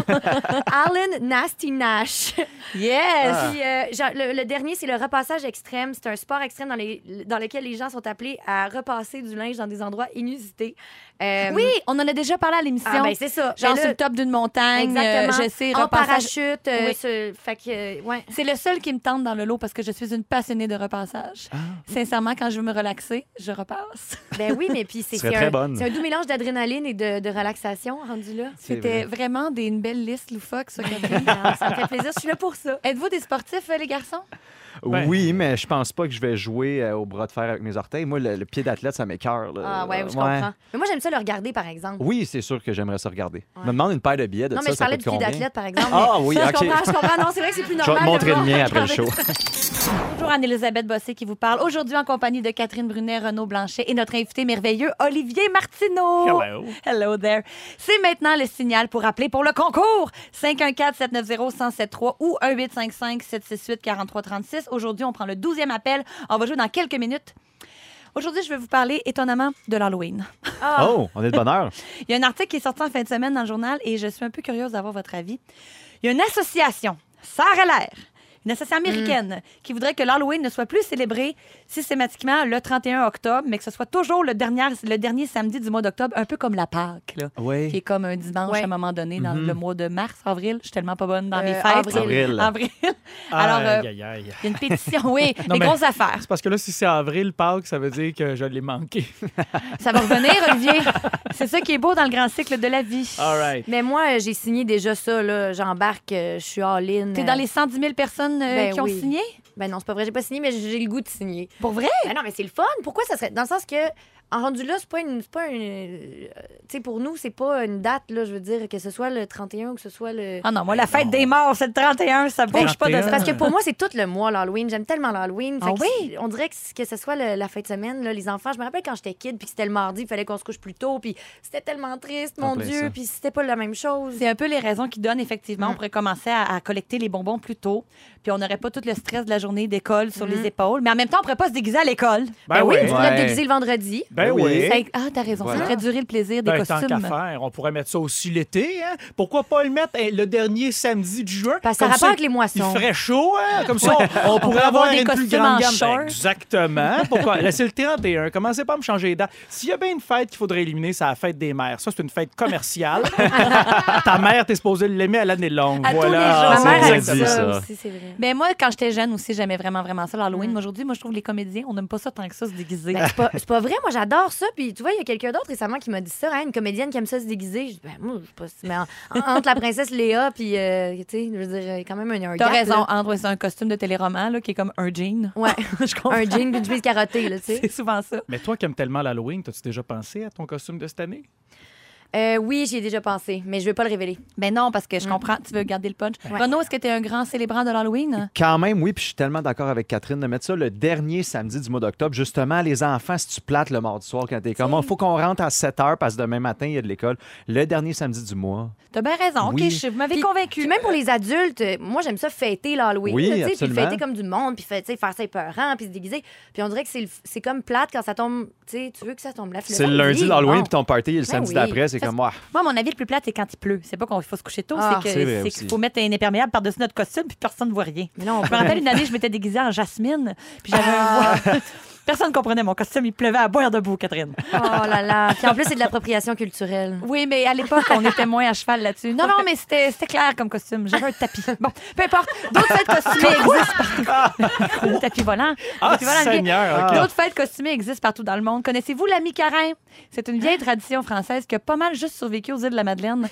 Speaker 5: Alan Nasty Nash.
Speaker 2: Yes!
Speaker 5: Puis, euh, genre, le, le dernier, c'est le repassage extrême. C'est un sport extrême dans, les, dans lequel les gens sont appelés à repasser du linge dans des endroits inusités. Euh,
Speaker 2: Oui, on en a déjà parlé à l'émission.
Speaker 5: Ah, ben, c'est ça.
Speaker 2: Genre
Speaker 5: Mais là,
Speaker 2: sur le top d'une montagne, euh,
Speaker 5: exactement.
Speaker 2: je sais,
Speaker 5: en
Speaker 2: repassage.
Speaker 5: parachute. euh,
Speaker 2: Oui.
Speaker 5: ce- fait que, euh, ouais.
Speaker 2: C'est le seul qui me tente dans le lot parce que je suis une passionnée de repassage.
Speaker 3: Ah.
Speaker 2: Sincèrement, quand je veux me relaxer, je repasse.
Speaker 5: Ben oui, mais puis c'est
Speaker 3: Tu serais
Speaker 5: c'est
Speaker 3: très
Speaker 5: un,
Speaker 3: bonne.
Speaker 5: c'est un doux mélange d'adrénaline et de, de relaxation rendu là.
Speaker 3: C'est
Speaker 2: C'était
Speaker 3: vrai.
Speaker 2: vraiment des, une belle liste loufoque, ça, Catherine.
Speaker 5: ça me fait plaisir, je suis là pour ça.
Speaker 2: Êtes-vous des sportifs, euh, les garçons?
Speaker 4: Ben-
Speaker 3: Oui, mais je pense pas que je vais jouer euh, au bras de fer avec mes orteils. Moi, le, le pied d'athlète, ça m'écœure. là.
Speaker 5: Ah ouais, je
Speaker 3: Euh, Ouais.
Speaker 5: comprends. Mais moi, j'aime ça le regarder, par exemple.
Speaker 3: Oui, c'est sûr que j'aimerais ça regarder.
Speaker 5: Ouais.
Speaker 3: Je Me demande une paire de billets de
Speaker 5: Non,
Speaker 3: ça,
Speaker 5: mais je
Speaker 3: ça
Speaker 5: parlais
Speaker 3: coûte
Speaker 5: du pied
Speaker 3: combien?
Speaker 5: d'athlète, par exemple.
Speaker 3: Ah
Speaker 5: mais-
Speaker 3: oui,
Speaker 5: Ça,
Speaker 3: ok.
Speaker 5: Je comprends, je comprends. Non, c'est vrai que c'est plus
Speaker 3: Je vais
Speaker 5: normal.
Speaker 3: te
Speaker 5: de
Speaker 3: montrer le
Speaker 5: voir
Speaker 3: mien après le
Speaker 5: regarder
Speaker 3: show.
Speaker 2: Bonjour, Anne-Elisabeth Bossé qui vous parle. Aujourd'hui, en compagnie de Catherine Brunet, Renaud Blanchet et notre invité merveilleux, Olivier Martineau.
Speaker 4: Hello.
Speaker 2: Hello there. C'est maintenant le signal pour appeler pour le concours. 514-790-1073 ou 1855-768-4336. Aujourd'hui, on prend le 12e appel. On va jouer dans quelques minutes. Aujourd'hui, je vais vous parler étonnamment de l'Halloween.
Speaker 5: Ah,
Speaker 3: Oh, on est de bonne heure.
Speaker 2: Il y a un article qui est sorti en fin de semaine dans le journal et je suis un peu curieuse d'avoir votre avis. Il y a une association, Sarah Lair, une association américaine
Speaker 4: Mm.
Speaker 2: qui voudrait que l'Halloween ne soit plus célébré systématiquement le 31 octobre, mais que ce soit toujours le dernier, le dernier samedi du mois d'octobre, un peu comme la Pâque, là,
Speaker 3: Oui.
Speaker 2: qui est comme un dimanche
Speaker 5: Ouais.
Speaker 2: à un moment donné dans
Speaker 4: Mm-hmm.
Speaker 3: Mhm.
Speaker 2: le mois de mars, avril. Je suis tellement pas bonne dans mes
Speaker 5: Euh,
Speaker 2: fêtes.
Speaker 3: Avril.
Speaker 2: Avril. Alors, euh,
Speaker 4: Aïe, aïe, aïe.
Speaker 2: il y a une pétition, oui,
Speaker 4: Non,
Speaker 2: des
Speaker 4: mais-
Speaker 2: grosses affaires.
Speaker 4: C'est parce que là, si c'est avril, Pâques, ça veut dire que je l'ai manqué.
Speaker 2: Ça va revenir, Olivier. C'est ça qui est beau dans le grand cycle de la vie.
Speaker 4: All right.
Speaker 5: Mais moi, euh, j'ai signé déjà ça, là. J'embarque, euh, je suis all-in.
Speaker 2: T'es
Speaker 5: euh,
Speaker 2: dans les 110 000 personnes euh,
Speaker 5: Ben
Speaker 2: qui ont
Speaker 5: oui.
Speaker 2: signé?
Speaker 5: Ben non, c'est pas vrai, j'ai pas signé, mais j'ai le goût de signer.
Speaker 2: Pour vrai?
Speaker 5: Ben non, mais c'est le fun. Pourquoi ça serait. Dans le sens que, en rendu là, c'est pas une. c'est pas une. euh, Tu sais, pour nous, c'est pas une date, là, je veux dire, que ce soit le 31 ou que ce soit le.
Speaker 2: Ah non, moi,
Speaker 4: Ben
Speaker 2: la fête des morts, c'est le 31, ça bouge pas de
Speaker 4: 31.
Speaker 5: C'est parce que pour moi, c'est tout le mois, l'Halloween. J'aime tellement l'Halloween. Fait
Speaker 2: Ah
Speaker 5: que c'est- On dirait que, c- que ce soit le- la fin de semaine, là, les enfants. Je me rappelle quand j'étais kid, puis que c'était le mardi, il fallait qu'on se couche plus tôt, puis c'était tellement triste,
Speaker 3: En
Speaker 5: mon
Speaker 3: plein
Speaker 5: Dieu,
Speaker 3: ça.
Speaker 5: puis c'était pas la même chose.
Speaker 2: C'est un peu les raisons qui donnent, effectivement. On pourrait commencer à, à collecter les bonbons plus tôt, puis on n'aurait pas tout le stress de la journée d'école sur les épaules. Mais en même temps, on pourrait pas se déguiser à l'école.
Speaker 4: Ben oui.
Speaker 5: Tu pourrais te
Speaker 3: Ouais.
Speaker 5: déguiser le vendredi.
Speaker 4: Ben
Speaker 3: oui.
Speaker 4: oui.
Speaker 2: Ça- Ah, t'as raison.
Speaker 3: Voilà.
Speaker 2: Ça ferait durer le plaisir des
Speaker 4: Ben, tant qu'à
Speaker 2: costumes.
Speaker 4: faire, on pourrait mettre ça aussi l'été. Hein? Pourquoi pas le mettre eh, le dernier samedi du juin?
Speaker 5: Parce que Ben, ça
Speaker 4: Comme
Speaker 5: rapporte avec les
Speaker 4: Il
Speaker 5: moissons.
Speaker 4: ferait chaud, hein? Comme ça, on, on pourrait
Speaker 2: pourrait avoir
Speaker 4: avoir
Speaker 2: des
Speaker 4: une plus
Speaker 2: costumes en
Speaker 4: grande gamme.
Speaker 2: short.
Speaker 4: Exactement. Pourquoi? Là, c'est le 31. Commencez pas à me changer les dates. S'il y a bien une fête qu'il faudrait éliminer, c'est la fête des mères. Ça, c'est une fête commerciale. Ta mère, t'es supposée l'aimer à l'année longue.
Speaker 2: À tous les jours.
Speaker 4: voilà.
Speaker 5: Ma
Speaker 3: c'est
Speaker 5: mère,
Speaker 3: bien
Speaker 5: elle
Speaker 3: dit,
Speaker 5: ça,
Speaker 3: ça.
Speaker 5: aussi, c'est vrai.
Speaker 2: Mais Ben, moi, quand j'étais jeune aussi, j'aimais vraiment, vraiment ça, l'Halloween.
Speaker 5: Mm.
Speaker 2: Mais aujourd'hui, moi, je trouve les comédiens, on n'aime pas ça tant que ça se déguiser.
Speaker 5: Ben, c'est pas, c'est pas vrai, moi j'adore ça. Puis tu vois, il y a quelqu'un d'autre récemment qui m'a dit ça, hein, une comédienne qui aime ça se déguiser. Je dis, ben moi, je sais pas si- mais en- en- entre la princesse Léa, puis euh, tu sais, je veux dire, quand même un, un
Speaker 2: T'as
Speaker 5: gap,
Speaker 2: raison,
Speaker 5: là.
Speaker 2: André, c'est un costume de téléroman là, qui est comme un jean.
Speaker 5: Ouais,
Speaker 2: je comprends.
Speaker 5: un jean puis une chemise carottée, là, tu sais.
Speaker 2: C'est souvent ça.
Speaker 4: Mais toi qui aimes tellement l'Halloween, t'as-tu déjà pensé à ton costume de cette année?
Speaker 5: Euh, oui, j'y ai déjà pensé, mais je vais pas le révéler.
Speaker 2: Ben non, parce que je comprends, tu veux garder le punch. Renaud, est-ce que tu es un grand célébrant de l'Halloween?
Speaker 3: Quand même, oui, puis je suis tellement d'accord avec Catherine de mettre ça le dernier samedi du mois d'octobre. Justement, les enfants, si tu plates le mardi soir quand t'es comme, il faut qu'on rentre à 7 h parce que demain matin, il y a de l'école. Le dernier samedi du mois.
Speaker 2: T'as bien raison.
Speaker 3: Oui.
Speaker 2: OK, je- vous m'avez
Speaker 5: Puis-
Speaker 2: convaincu.
Speaker 5: Puis même pour les adultes, euh, moi j'aime ça fêter l'Halloween,
Speaker 3: Oui,
Speaker 5: là, tu sais, puis le
Speaker 3: absolument.
Speaker 5: fêter comme du monde, puis fait- tu sais, faire ça épeurant, puis se déguiser. Puis on dirait que c'est le- c'est comme plate quand ça tombe, tu sais, tu veux que ça tombe la
Speaker 3: C'est le lundi, l'Halloween, puis ton party, le
Speaker 2: Ben
Speaker 3: samedi
Speaker 5: oui.
Speaker 3: d'après, c'est comme, ah,
Speaker 2: Moi, mon avis, le plus plat, c'est quand il pleut. C'est pas qu'on faut se coucher tôt,
Speaker 5: Ah.
Speaker 2: c'est que-
Speaker 3: C'est vrai
Speaker 2: c'est
Speaker 3: aussi.
Speaker 2: qu'il faut mettre un imperméable par-dessus notre costume, puis personne ne voit rien.
Speaker 5: Mais là, on
Speaker 2: Je me rappelle une année, je m'étais déguisée en jasmine, puis j'avais un voile. Personne ne comprenait mon costume, il pleuvait à boire debout, Catherine.
Speaker 5: Oh là là. Puis en plus, c'est de l'appropriation culturelle.
Speaker 2: Oui, mais à l'époque, on était moins à cheval là-dessus. Non, non, mais c'était c'était clair comme costume. J'avais un tapis. Bon, peu importe. D'autres fêtes costumées existent partout. le tapis volant. Le
Speaker 4: Ah,
Speaker 2: tapis volant, le-
Speaker 4: Seigneur! ok.
Speaker 2: D'autres fêtes costumées existent partout dans le monde. Connaissez-vous la mi-carême? C'est une vieille tradition française qui a pas mal juste survécu aux îles de la Madeleine.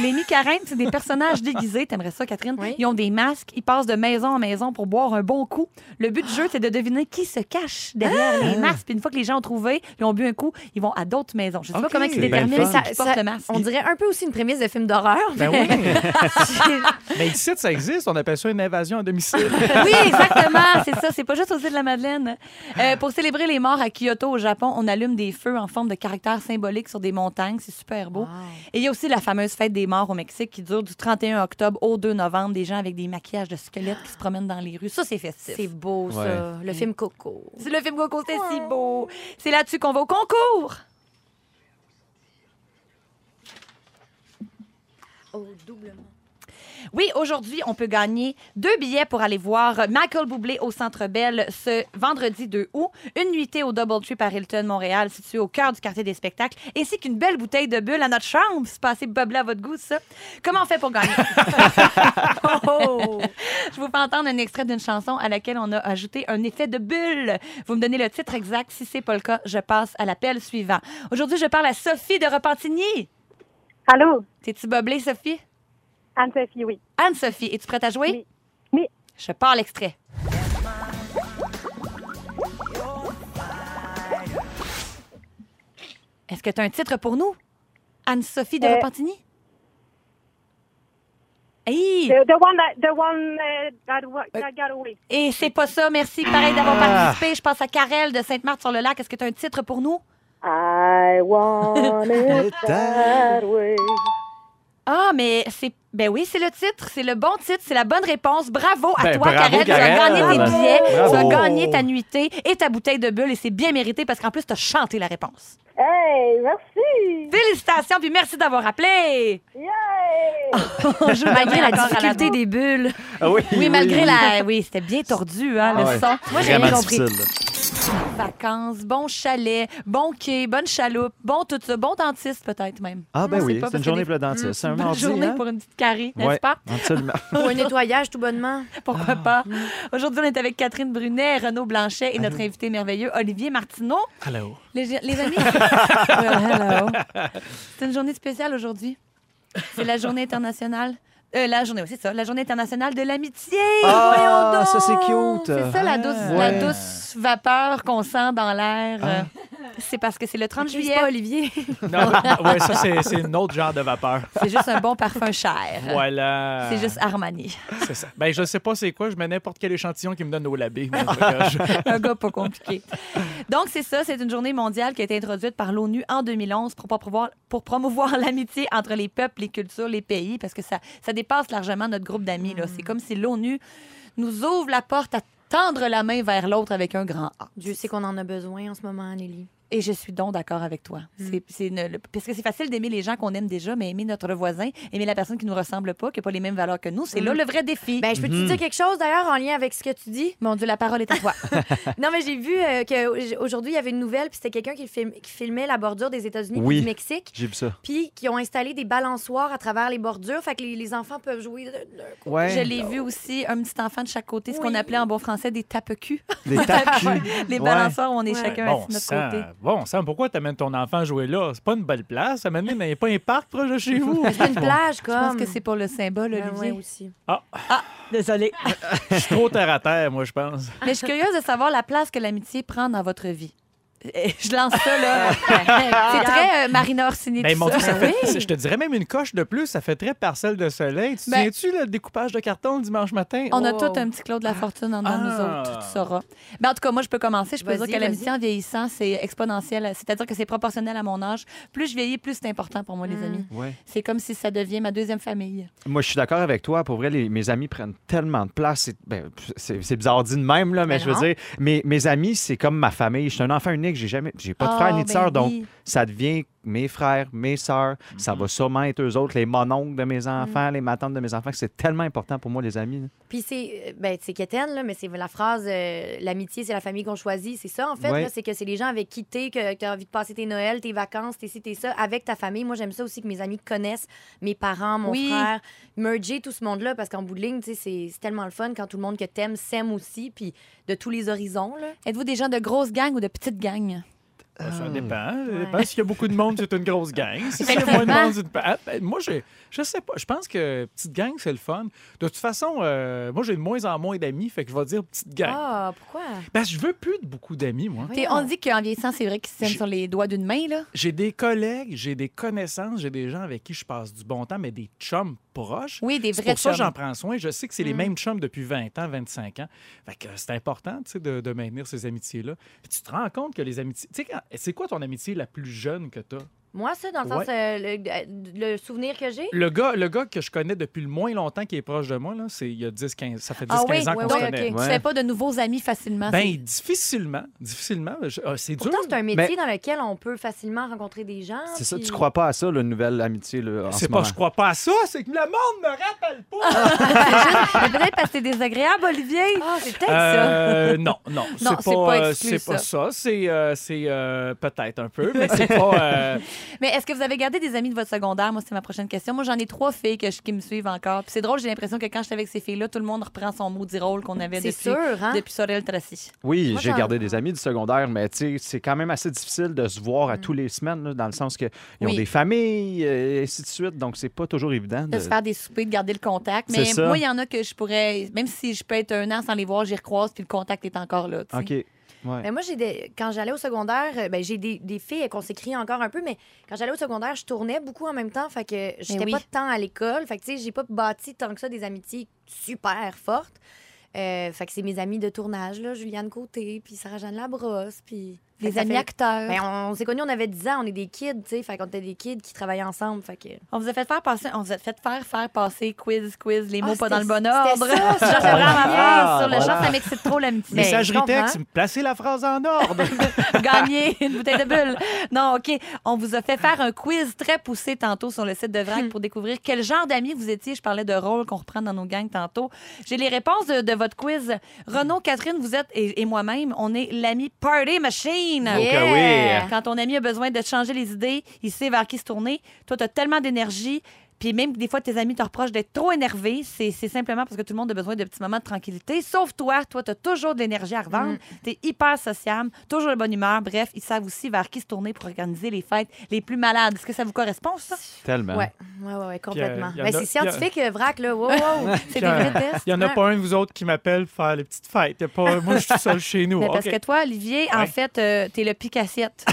Speaker 2: Les mi-carèmes, c'est des personnages déguisés. T'aimerais ça, Catherine?
Speaker 5: Oui.
Speaker 2: Ils ont des masques. Ils passent de maison en maison pour boire un bon coup. Le but du jeu, c'est de deviner qui se cache derrière les masques. Puis une fois que les gens ont trouvé, ils ont bu un coup, ils vont à d'autres maisons. Je sais pas
Speaker 4: Ok.
Speaker 2: comment ils
Speaker 4: C'est
Speaker 5: Ben,
Speaker 4: bien
Speaker 2: déterminent
Speaker 5: le fun.
Speaker 2: qui
Speaker 5: Ça-
Speaker 2: porte
Speaker 5: ça-
Speaker 2: le masque.
Speaker 5: On dirait un peu aussi une prémisse de film d'horreur.
Speaker 4: Ben oui. Mais ici, ça existe. On appelle ça une invasion à domicile.
Speaker 2: Oui, exactement, c'est ça. C'est pas juste aux îles de la Madeleine. Euh, pour célébrer les morts à Kyoto, au Japon, on allume des feux en forme de caractères symboliques sur des montagnes. C'est super beau. Et il y a aussi la fameuse fête des morts au Mexique qui dure du 31 octobre au 2 novembre. Des gens avec des maquillages de squelettes qui se promènent dans les rues. Ça, c'est festif.
Speaker 5: C'est beau, ça.
Speaker 3: Ouais.
Speaker 5: Le film Coco.
Speaker 2: C'est le film Coco, c'est si beau. C'est là-dessus qu'on va au concours. Oui, aujourd'hui, on peut gagner deux billets pour aller voir Michael Boublé au Centre Bell ce vendredi 2 août, une nuitée au Double Tree par Hilton Montréal, situé au cœur du quartier des spectacles, ainsi qu'une belle bouteille de bulle à notre chambre. C'est passé bubble à votre goût, ça. Comment on fait pour gagner? Je vous fais entendre un extrait d'une chanson à laquelle on a ajouté un effet de bulle. Vous me donnez le titre exact. Si c'est pas le cas, je passe à l'appel suivant. Aujourd'hui, je parle à Sophie de Repentigny.
Speaker 6: Allô?
Speaker 2: T'es-tu boblée, Sophie?
Speaker 6: Anne-Sophie, oui.
Speaker 2: Anne-Sophie, es-tu prête à jouer?
Speaker 6: Oui. Oui.
Speaker 2: Je pars l'extrait. Est-ce que tu as un titre pour nous? Anne-Sophie de
Speaker 6: Euh.
Speaker 2: Repentigny? Hey!
Speaker 6: The, the one that, the one uh, that, wa- that got away.
Speaker 2: Et c'est pas ça. Merci, pareil, d'avoir
Speaker 3: Ah.
Speaker 2: participé. Je passe à Karel de Sainte-Marthe-sur-le-Lac. Est-ce que tu as un titre pour nous?
Speaker 6: I want it that way.
Speaker 2: Ah, mais c'est. Ben oui, c'est le titre. C'est le bon titre. C'est la bonne réponse. Bravo à
Speaker 3: Ben,
Speaker 2: toi,
Speaker 3: bravo,
Speaker 2: Karel. Tu as
Speaker 3: Karel.
Speaker 2: gagné tes billets. Tu as
Speaker 3: Bravo.
Speaker 2: gagné ta nuitée et ta bouteille de bulle. Et c'est bien mérité parce qu'en plus, tu as chanté la réponse.
Speaker 6: Hey, merci!
Speaker 2: Félicitations, puis merci d'avoir appelé.
Speaker 6: Yay!
Speaker 2: On
Speaker 5: Malgré
Speaker 2: joue demain
Speaker 5: la
Speaker 2: encore à
Speaker 5: difficulté
Speaker 2: bourre.
Speaker 5: des bulles.
Speaker 3: Ah oui,
Speaker 2: Oui, malgré la. Oui, c'était bien tordu, hein,
Speaker 3: Ah
Speaker 2: le
Speaker 3: ouais.
Speaker 2: son. Moi, j'ai
Speaker 3: Vraiment
Speaker 2: rien compris.
Speaker 3: difficile.
Speaker 2: Vacances, bon chalet, bon quai, bonne chaloupe, bon tout ça, bon dentiste peut-être même.
Speaker 3: Ah ben
Speaker 2: On sait
Speaker 3: oui,
Speaker 2: pas, parce
Speaker 3: c'est une
Speaker 2: que
Speaker 3: journée
Speaker 2: des-
Speaker 3: pour le dentiste. C'est un
Speaker 2: Bonne
Speaker 3: mardi,
Speaker 2: journée
Speaker 3: hein?
Speaker 2: pour une petite carie, n'est-ce
Speaker 3: Ouais, Ah.
Speaker 2: pas?
Speaker 3: absolument.
Speaker 5: Pour un nettoyage tout bonnement.
Speaker 2: Pourquoi pas? Aujourd'hui, on est avec Catherine Brunet, Renaud Blanchet et notre invité merveilleux, Olivier Martineau.
Speaker 4: Allô.
Speaker 2: Les, les amis, Well, hello. c'est une journée spéciale aujourd'hui. C'est la journée internationale. euh, la journée, oui, c'est ça, la journée internationale de l'amitié.
Speaker 3: Ah,
Speaker 2: Voyons donc!
Speaker 3: ça, c'est cute.
Speaker 2: C'est ça la douce,
Speaker 4: Ah.
Speaker 2: la
Speaker 3: Ouais. Ah.
Speaker 2: douce vapeur qu'on sent dans l'air. euh, C'est parce que c'est le 30
Speaker 5: Utilise
Speaker 2: juillet.
Speaker 5: pas Olivier.
Speaker 4: Non, ouais, ça, c'est c'est un autre genre de vapeur.
Speaker 2: C'est juste un bon parfum cher.
Speaker 4: Voilà.
Speaker 2: Ah. C'est juste Armani.
Speaker 4: C'est ça. Ben, je sais pas c'est quoi. Je mets n'importe quel échantillon qui me donne au labé. moi, en tout cas, je-
Speaker 2: un gars pas compliqué. Donc, c'est ça, c'est une journée mondiale qui a été introduite par l'ONU en 2011 pour promouvoir, pour promouvoir l'amitié entre les peuples, les cultures, les pays, parce que ça, ça dépasse largement notre groupe d'amis. là. C'est
Speaker 5: Mm.
Speaker 2: comme si l'ONU nous ouvre la porte à tendre la main vers l'autre avec un grand A.
Speaker 5: Dieu sait qu'on en a besoin en ce moment, Nelly.
Speaker 2: Et je suis donc d'accord avec toi.
Speaker 5: Mm.
Speaker 2: C'est- c'est une- le- parce que c'est facile d'aimer les gens qu'on aime déjà, mais aimer notre voisin, aimer la personne qui nous ressemble pas, qui n'a pas les mêmes valeurs que nous, c'est là le vrai défi.
Speaker 5: Ben, je peux
Speaker 3: Mhm.
Speaker 5: te dire quelque chose d'ailleurs en lien avec ce que tu dis?
Speaker 2: Mon Dieu, la parole est à toi.
Speaker 5: Non, mais j'ai vu euh, que qu'aujourd'hui, il y avait une nouvelle, puis c'était quelqu'un qui, film- qui filmait la bordure des États-Unis et
Speaker 3: Oui.
Speaker 5: du Mexique.
Speaker 3: J'ai vu ça.
Speaker 5: puis qui ont installé des balançoires à travers les bordures. Fait que les, les enfants peuvent jouer. de- de-
Speaker 2: Je
Speaker 3: Ouais,
Speaker 2: l'ai vu aussi, un petit enfant de chaque côté, ce qu'on
Speaker 5: Oui.
Speaker 2: appelait en bon français des tape-culs.
Speaker 3: des tapis.
Speaker 2: Les
Speaker 3: Ouais.
Speaker 2: balançoires, où on est
Speaker 5: Ouais.
Speaker 2: chacun
Speaker 4: Bon
Speaker 2: assis de notre
Speaker 4: sang,
Speaker 2: côté.
Speaker 4: bon sang, pourquoi t'amènes ton enfant jouer là? C'est pas une belle place. Amène-le, il n'y a pas un parc proche de chez vous.
Speaker 5: C'est une plage, comme.
Speaker 2: Je pense que c'est pour le symbole,
Speaker 5: Ben ouais,
Speaker 2: Olivier.
Speaker 5: aussi.
Speaker 2: Désolée.
Speaker 4: Je suis trop terre à terre, moi, je pense.
Speaker 2: Mais je suis curieuse de savoir la place que l'amitié prend dans votre vie. Eh, Je lance ça, là. C'est très euh, Marina Orsini,
Speaker 4: Ben,
Speaker 2: tout
Speaker 4: mon
Speaker 2: ça. ah
Speaker 4: Dieu, ça fait, je te dirais même une coche de plus, ça fait très parcelle de soleil. Tu te
Speaker 2: Ben-
Speaker 4: souviens-tu le découpage de carton le dimanche matin?
Speaker 2: On a
Speaker 5: Wow.
Speaker 2: tout un petit Claude Lafortune en dedans de nous
Speaker 4: Ah.
Speaker 2: autres, tu sauras. Ben, en tout cas, moi, je peux commencer. Je peux
Speaker 5: Vas-y,
Speaker 2: dire que l'amitié en vieillissant, c'est exponentiel. C'est-à-dire que c'est proportionnel à mon âge. Plus je vieillis, plus c'est important pour moi, les amis.
Speaker 3: Ouais.
Speaker 2: C'est comme si ça devient ma deuxième famille.
Speaker 3: Moi, je suis d'accord avec toi. Pour vrai, les- mes amis prennent tellement de place. C'est, ben, c'est- c'est bizarre dit de même, là, mais
Speaker 5: Ben
Speaker 3: je veux
Speaker 5: non.
Speaker 3: dire, mes, mes amis, c'est comme ma famille. Je suis un enfant unique. J'ai jamais, j'ai pas de
Speaker 2: Ah,
Speaker 3: frère ni de
Speaker 2: ben
Speaker 3: sœur, donc
Speaker 2: oui.
Speaker 3: ça devient mes frères, mes sœurs. Ça va sûrement être eux autres, les mononcles de mes enfants, les matantes de mes enfants. C'est tellement important pour moi, les amis. là.
Speaker 5: Puis c'est. euh, Ben, c'est quétaine, là, mais c'est la phrase euh, l'amitié, c'est la famille qu'on choisit. C'est ça, en fait.
Speaker 3: Ouais.
Speaker 5: là, C'est que c'est les gens avec qui t'es, que t'as envie de passer tes Noëls, tes vacances, tes ci, tes ça, avec ta famille. Moi, j'aime ça aussi que mes amis connaissent mes parents, mon
Speaker 2: Oui.
Speaker 5: frère. Merger tout ce monde-là, parce qu'en bout de ligne, tu sais, c'est c'est tellement le fun quand tout le monde que t'aimes s'aime aussi, puis de tous les horizons, là.
Speaker 2: Êtes-vous des gens de grosses gangs ou de petites gangs?
Speaker 4: Ben,
Speaker 2: Ah.
Speaker 4: Ça dépend.
Speaker 5: Ouais.
Speaker 4: Ça dépend. S'il y a beaucoup de monde, c'est une grosse gang. S'il y a moins de monde, c'est une... Ah, ben, Moi, je, je sais pas. Je pense que petite gang, c'est le fun. De toute façon, euh, moi, j'ai de moins en moins d'amis, fait que je vais dire petite gang.
Speaker 5: Ah, pourquoi?
Speaker 4: Parce que je veux plus de beaucoup d'amis, moi.
Speaker 2: T'es- on dit qu'en vieillissant, c'est vrai qu'ils se tiennent
Speaker 4: J'ai-
Speaker 2: sur les doigts d'une main, là.
Speaker 4: J'ai des collègues, j'ai des connaissances, j'ai des gens avec qui je passe du bon temps, mais des chums proches.
Speaker 2: Oui, des
Speaker 4: C'est
Speaker 2: vrais
Speaker 4: pour ça
Speaker 2: chums. Mm.
Speaker 4: que j'en prends soin. Je sais que c'est les mêmes chums depuis 20 ans, 25 ans. Fait que c'est important, tu sais, de, de maintenir ces amitiés-là. Puis tu te rends compte que les amitiés... Tu sais, quand- c'est quoi ton amitié la plus jeune que t'as?
Speaker 5: Moi, ça, dans le sens,
Speaker 4: Ouais.
Speaker 5: euh, le, euh, le souvenir que j'ai.
Speaker 4: Le gars, le gars que je connais depuis le moins longtemps qui est proche de moi, là, c'est il y a 10, 15, ça fait 10,
Speaker 2: Ah
Speaker 4: 15 ans
Speaker 2: oui,
Speaker 4: qu'on
Speaker 5: oui,
Speaker 4: se
Speaker 5: oui,
Speaker 4: connaît.
Speaker 5: ok. Ah,
Speaker 2: Tu
Speaker 3: Ouais.
Speaker 2: fais pas de nouveaux amis facilement.
Speaker 4: Ben, difficilement, difficilement. je- ah, c'est dur.
Speaker 5: Pourtant, c'est un métier
Speaker 3: Mais-
Speaker 5: dans lequel on peut facilement rencontrer des gens.
Speaker 3: Ben C'est ça,
Speaker 5: puis-
Speaker 3: tu crois pas à ça, la nouvelle amitié là, en
Speaker 4: Ah,
Speaker 3: ce
Speaker 4: C'est pas,
Speaker 3: moment?
Speaker 4: je crois pas à ça, c'est que le monde me rappelle pas.
Speaker 2: Mais peut-être parce que t'es désagréable, Olivier.
Speaker 5: Ah, c'est peut-être ça.
Speaker 4: Euh, non, non, c'est
Speaker 2: Non,
Speaker 4: pas,
Speaker 2: c'est pas
Speaker 4: euh,
Speaker 2: exclu,
Speaker 4: c'est pas ça. C'est euh, c'est, euh, peut-être un peu, mais c'est pas. euh,
Speaker 2: Mais est-ce que vous avez gardé des amis de votre secondaire? Moi, c'est ma prochaine question. Moi, j'en ai trois filles que je- qui me suivent encore. Puis c'est drôle, j'ai l'impression que quand j'étais avec ces filles-là, tout le monde reprend son maudit rôle qu'on avait
Speaker 5: C'est
Speaker 2: depuis,
Speaker 5: sûr, hein?
Speaker 2: depuis Sorel Tracy.
Speaker 3: Oui,
Speaker 5: Moi,
Speaker 3: j'ai
Speaker 5: j'en-
Speaker 3: gardé des amis du secondaire, mais tu sais, c'est quand même assez difficile de se voir à tous les semaines, là, dans le sens qu'ils ils ont
Speaker 2: Oui.
Speaker 3: des familles, euh, et ainsi de suite, donc c'est pas toujours évident.
Speaker 2: De
Speaker 3: de-
Speaker 2: se faire des soupers, de garder le contact.
Speaker 3: C'est
Speaker 2: Mais
Speaker 3: ça.
Speaker 2: moi, il y en a que je pourrais, même si je peux être un an sans les voir, j'y recroise, puis le contact est encore là. tu sais.
Speaker 3: OK. Ouais.
Speaker 5: Mais moi, j'ai des... quand j'allais au secondaire, euh, ben, j'ai des, des filles euh, qu'on s'écrit encore un peu, mais quand j'allais au secondaire, je tournais beaucoup en même temps. Fait que j'étais
Speaker 2: oui.
Speaker 5: pas tant à l'école. Fait que, tu sais, j'ai pas bâti tant que ça des amitiés super fortes. Euh, fait que c'est mes amis de tournage, là, Juliane Côté, puis Sarah-Jeanne Labrosse, puis... Fait que
Speaker 2: Les
Speaker 5: ça
Speaker 2: amis
Speaker 5: fait-
Speaker 2: acteurs.
Speaker 5: Ben, on on s'est connus, on avait 10 ans, on est des kids, tu sais. Fait qu'on était des kids qui travaillaient ensemble. Fait que.
Speaker 2: On vous a fait faire passer, on vous a fait faire faire passer quiz, quiz, les
Speaker 5: Ah,
Speaker 2: mots pas dans le
Speaker 5: c'était-
Speaker 2: bon
Speaker 5: c'était ça,
Speaker 2: ordre.
Speaker 5: ça,
Speaker 2: Genre,
Speaker 5: j'avais
Speaker 2: vraiment
Speaker 5: rien,
Speaker 2: peur sur le
Speaker 3: voilà.
Speaker 2: genre, ça m'excite trop l'amitié.
Speaker 4: Messagerie
Speaker 5: comprends.
Speaker 4: texte, placez la phrase en ordre.
Speaker 2: gagner une bouteille de bulle. Non, OK. On vous a fait faire un quiz très poussé tantôt sur le site de VRAC pour découvrir quel genre d'amis vous étiez. Je parlais de rôle qu'on reprend dans nos gangs tantôt. J'ai les réponses de, de votre quiz. Renaud, Catherine, vous êtes, et, et moi-même, on est l'ami Party Machine.
Speaker 5: Yeah.
Speaker 3: oui.
Speaker 2: Quand ton ami a besoin de changer les idées, il sait vers qui se tourner. Toi, t'as tellement d'énergie. Puis même que des fois, tes amis te reprochent d'être trop énervé, c'est c'est simplement parce que tout le monde a besoin de petits moments de tranquillité. Sauf toi, toi, t'as toujours de l'énergie à revendre. T'es hyper sociable, toujours de bonne humeur. Bref, ils savent aussi vers qui se tourner pour organiser les fêtes les plus malades. Est-ce que ça vous correspond, ça?
Speaker 3: Tellement.
Speaker 5: Ouais, ouais, ouais, ouais, complètement.
Speaker 4: Puis, euh, y en
Speaker 5: Ben,
Speaker 4: a-
Speaker 5: c'est scientifique, euh, vrac, là. Wow, wow. c'est des
Speaker 4: Puis,
Speaker 5: vrais
Speaker 4: euh,
Speaker 5: tests.
Speaker 4: Il n'y en a
Speaker 5: Ouais.
Speaker 4: pas un de vous autres qui m'appelle pour faire les petites fêtes. Y a pas- moi, je suis tout seul chez nous.
Speaker 2: Mais parce
Speaker 4: OK.
Speaker 2: que toi, Olivier, en
Speaker 4: Ouais. Ah!
Speaker 2: fait, euh, t'es le picassiette.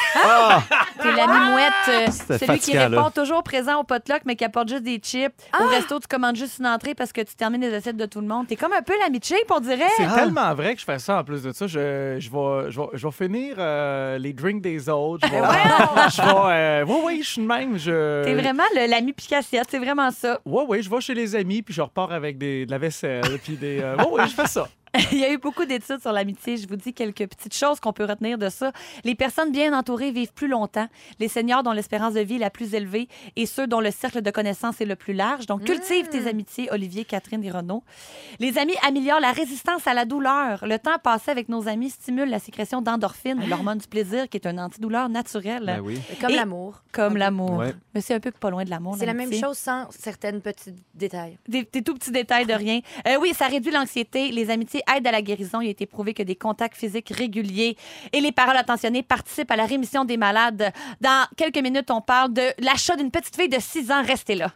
Speaker 2: t'es l'ami mouette. euh,
Speaker 3: C'était
Speaker 2: celui qui
Speaker 3: fatigant, là.
Speaker 2: répond toujours présent au potluck, mais qui apporte juste des chips. Au resto, tu commandes juste une entrée parce que tu termines les assiettes de tout le monde. T'es comme un peu l'ami chip, on dirait.
Speaker 4: C'est tellement vrai que je fais ça en plus de ça. Je, je, vais, je, vais, je vais finir euh, les drinks des autres. Je vais, je vais, euh, oui, oui, je suis de même. Je,
Speaker 2: Ah. T'es vraiment le- l'ami picassiette, c'est vraiment ça.
Speaker 4: Oui, oui, je vais chez les amis, puis je repars avec des, de la vaisselle, puis des... euh, oui, oui, je fais ça.
Speaker 2: Il y a eu beaucoup d'études sur l'amitié. Je vous dis quelques petites choses qu'on peut retenir de ça. Les personnes bien entourées vivent plus longtemps. Les seniors dont l'espérance de vie est la plus élevée et ceux dont le cercle de connaissances est le plus large. Donc, cultive
Speaker 5: Mmh.
Speaker 2: tes amitiés, Olivier, Catherine et Renaud. Les amis améliorent la résistance à la douleur. Le temps passé avec nos amis stimule la sécrétion d'endorphine, l'hormone du plaisir, qui est un antidouleur naturel.
Speaker 3: Ben oui.
Speaker 5: Comme
Speaker 2: Et-
Speaker 5: l'amour.
Speaker 2: Comme
Speaker 5: Ok.
Speaker 2: l'amour.
Speaker 3: Ouais.
Speaker 2: Mais c'est un peu pas loin de
Speaker 5: Ah
Speaker 2: l'amour.
Speaker 5: ben C'est la même
Speaker 2: l'amitié.
Speaker 5: chose sans certains petits détails.
Speaker 2: Des, des tout petits détails de rien. Euh, oui, ça réduit l'anxiété. Les amitiés aident à la guérison. Il a été prouvé que des contacts physiques réguliers et les paroles attentionnées participent à la rémission des malades. Dans quelques minutes, on parle de l'achat d'une petite fille de 6 ans. Restez là.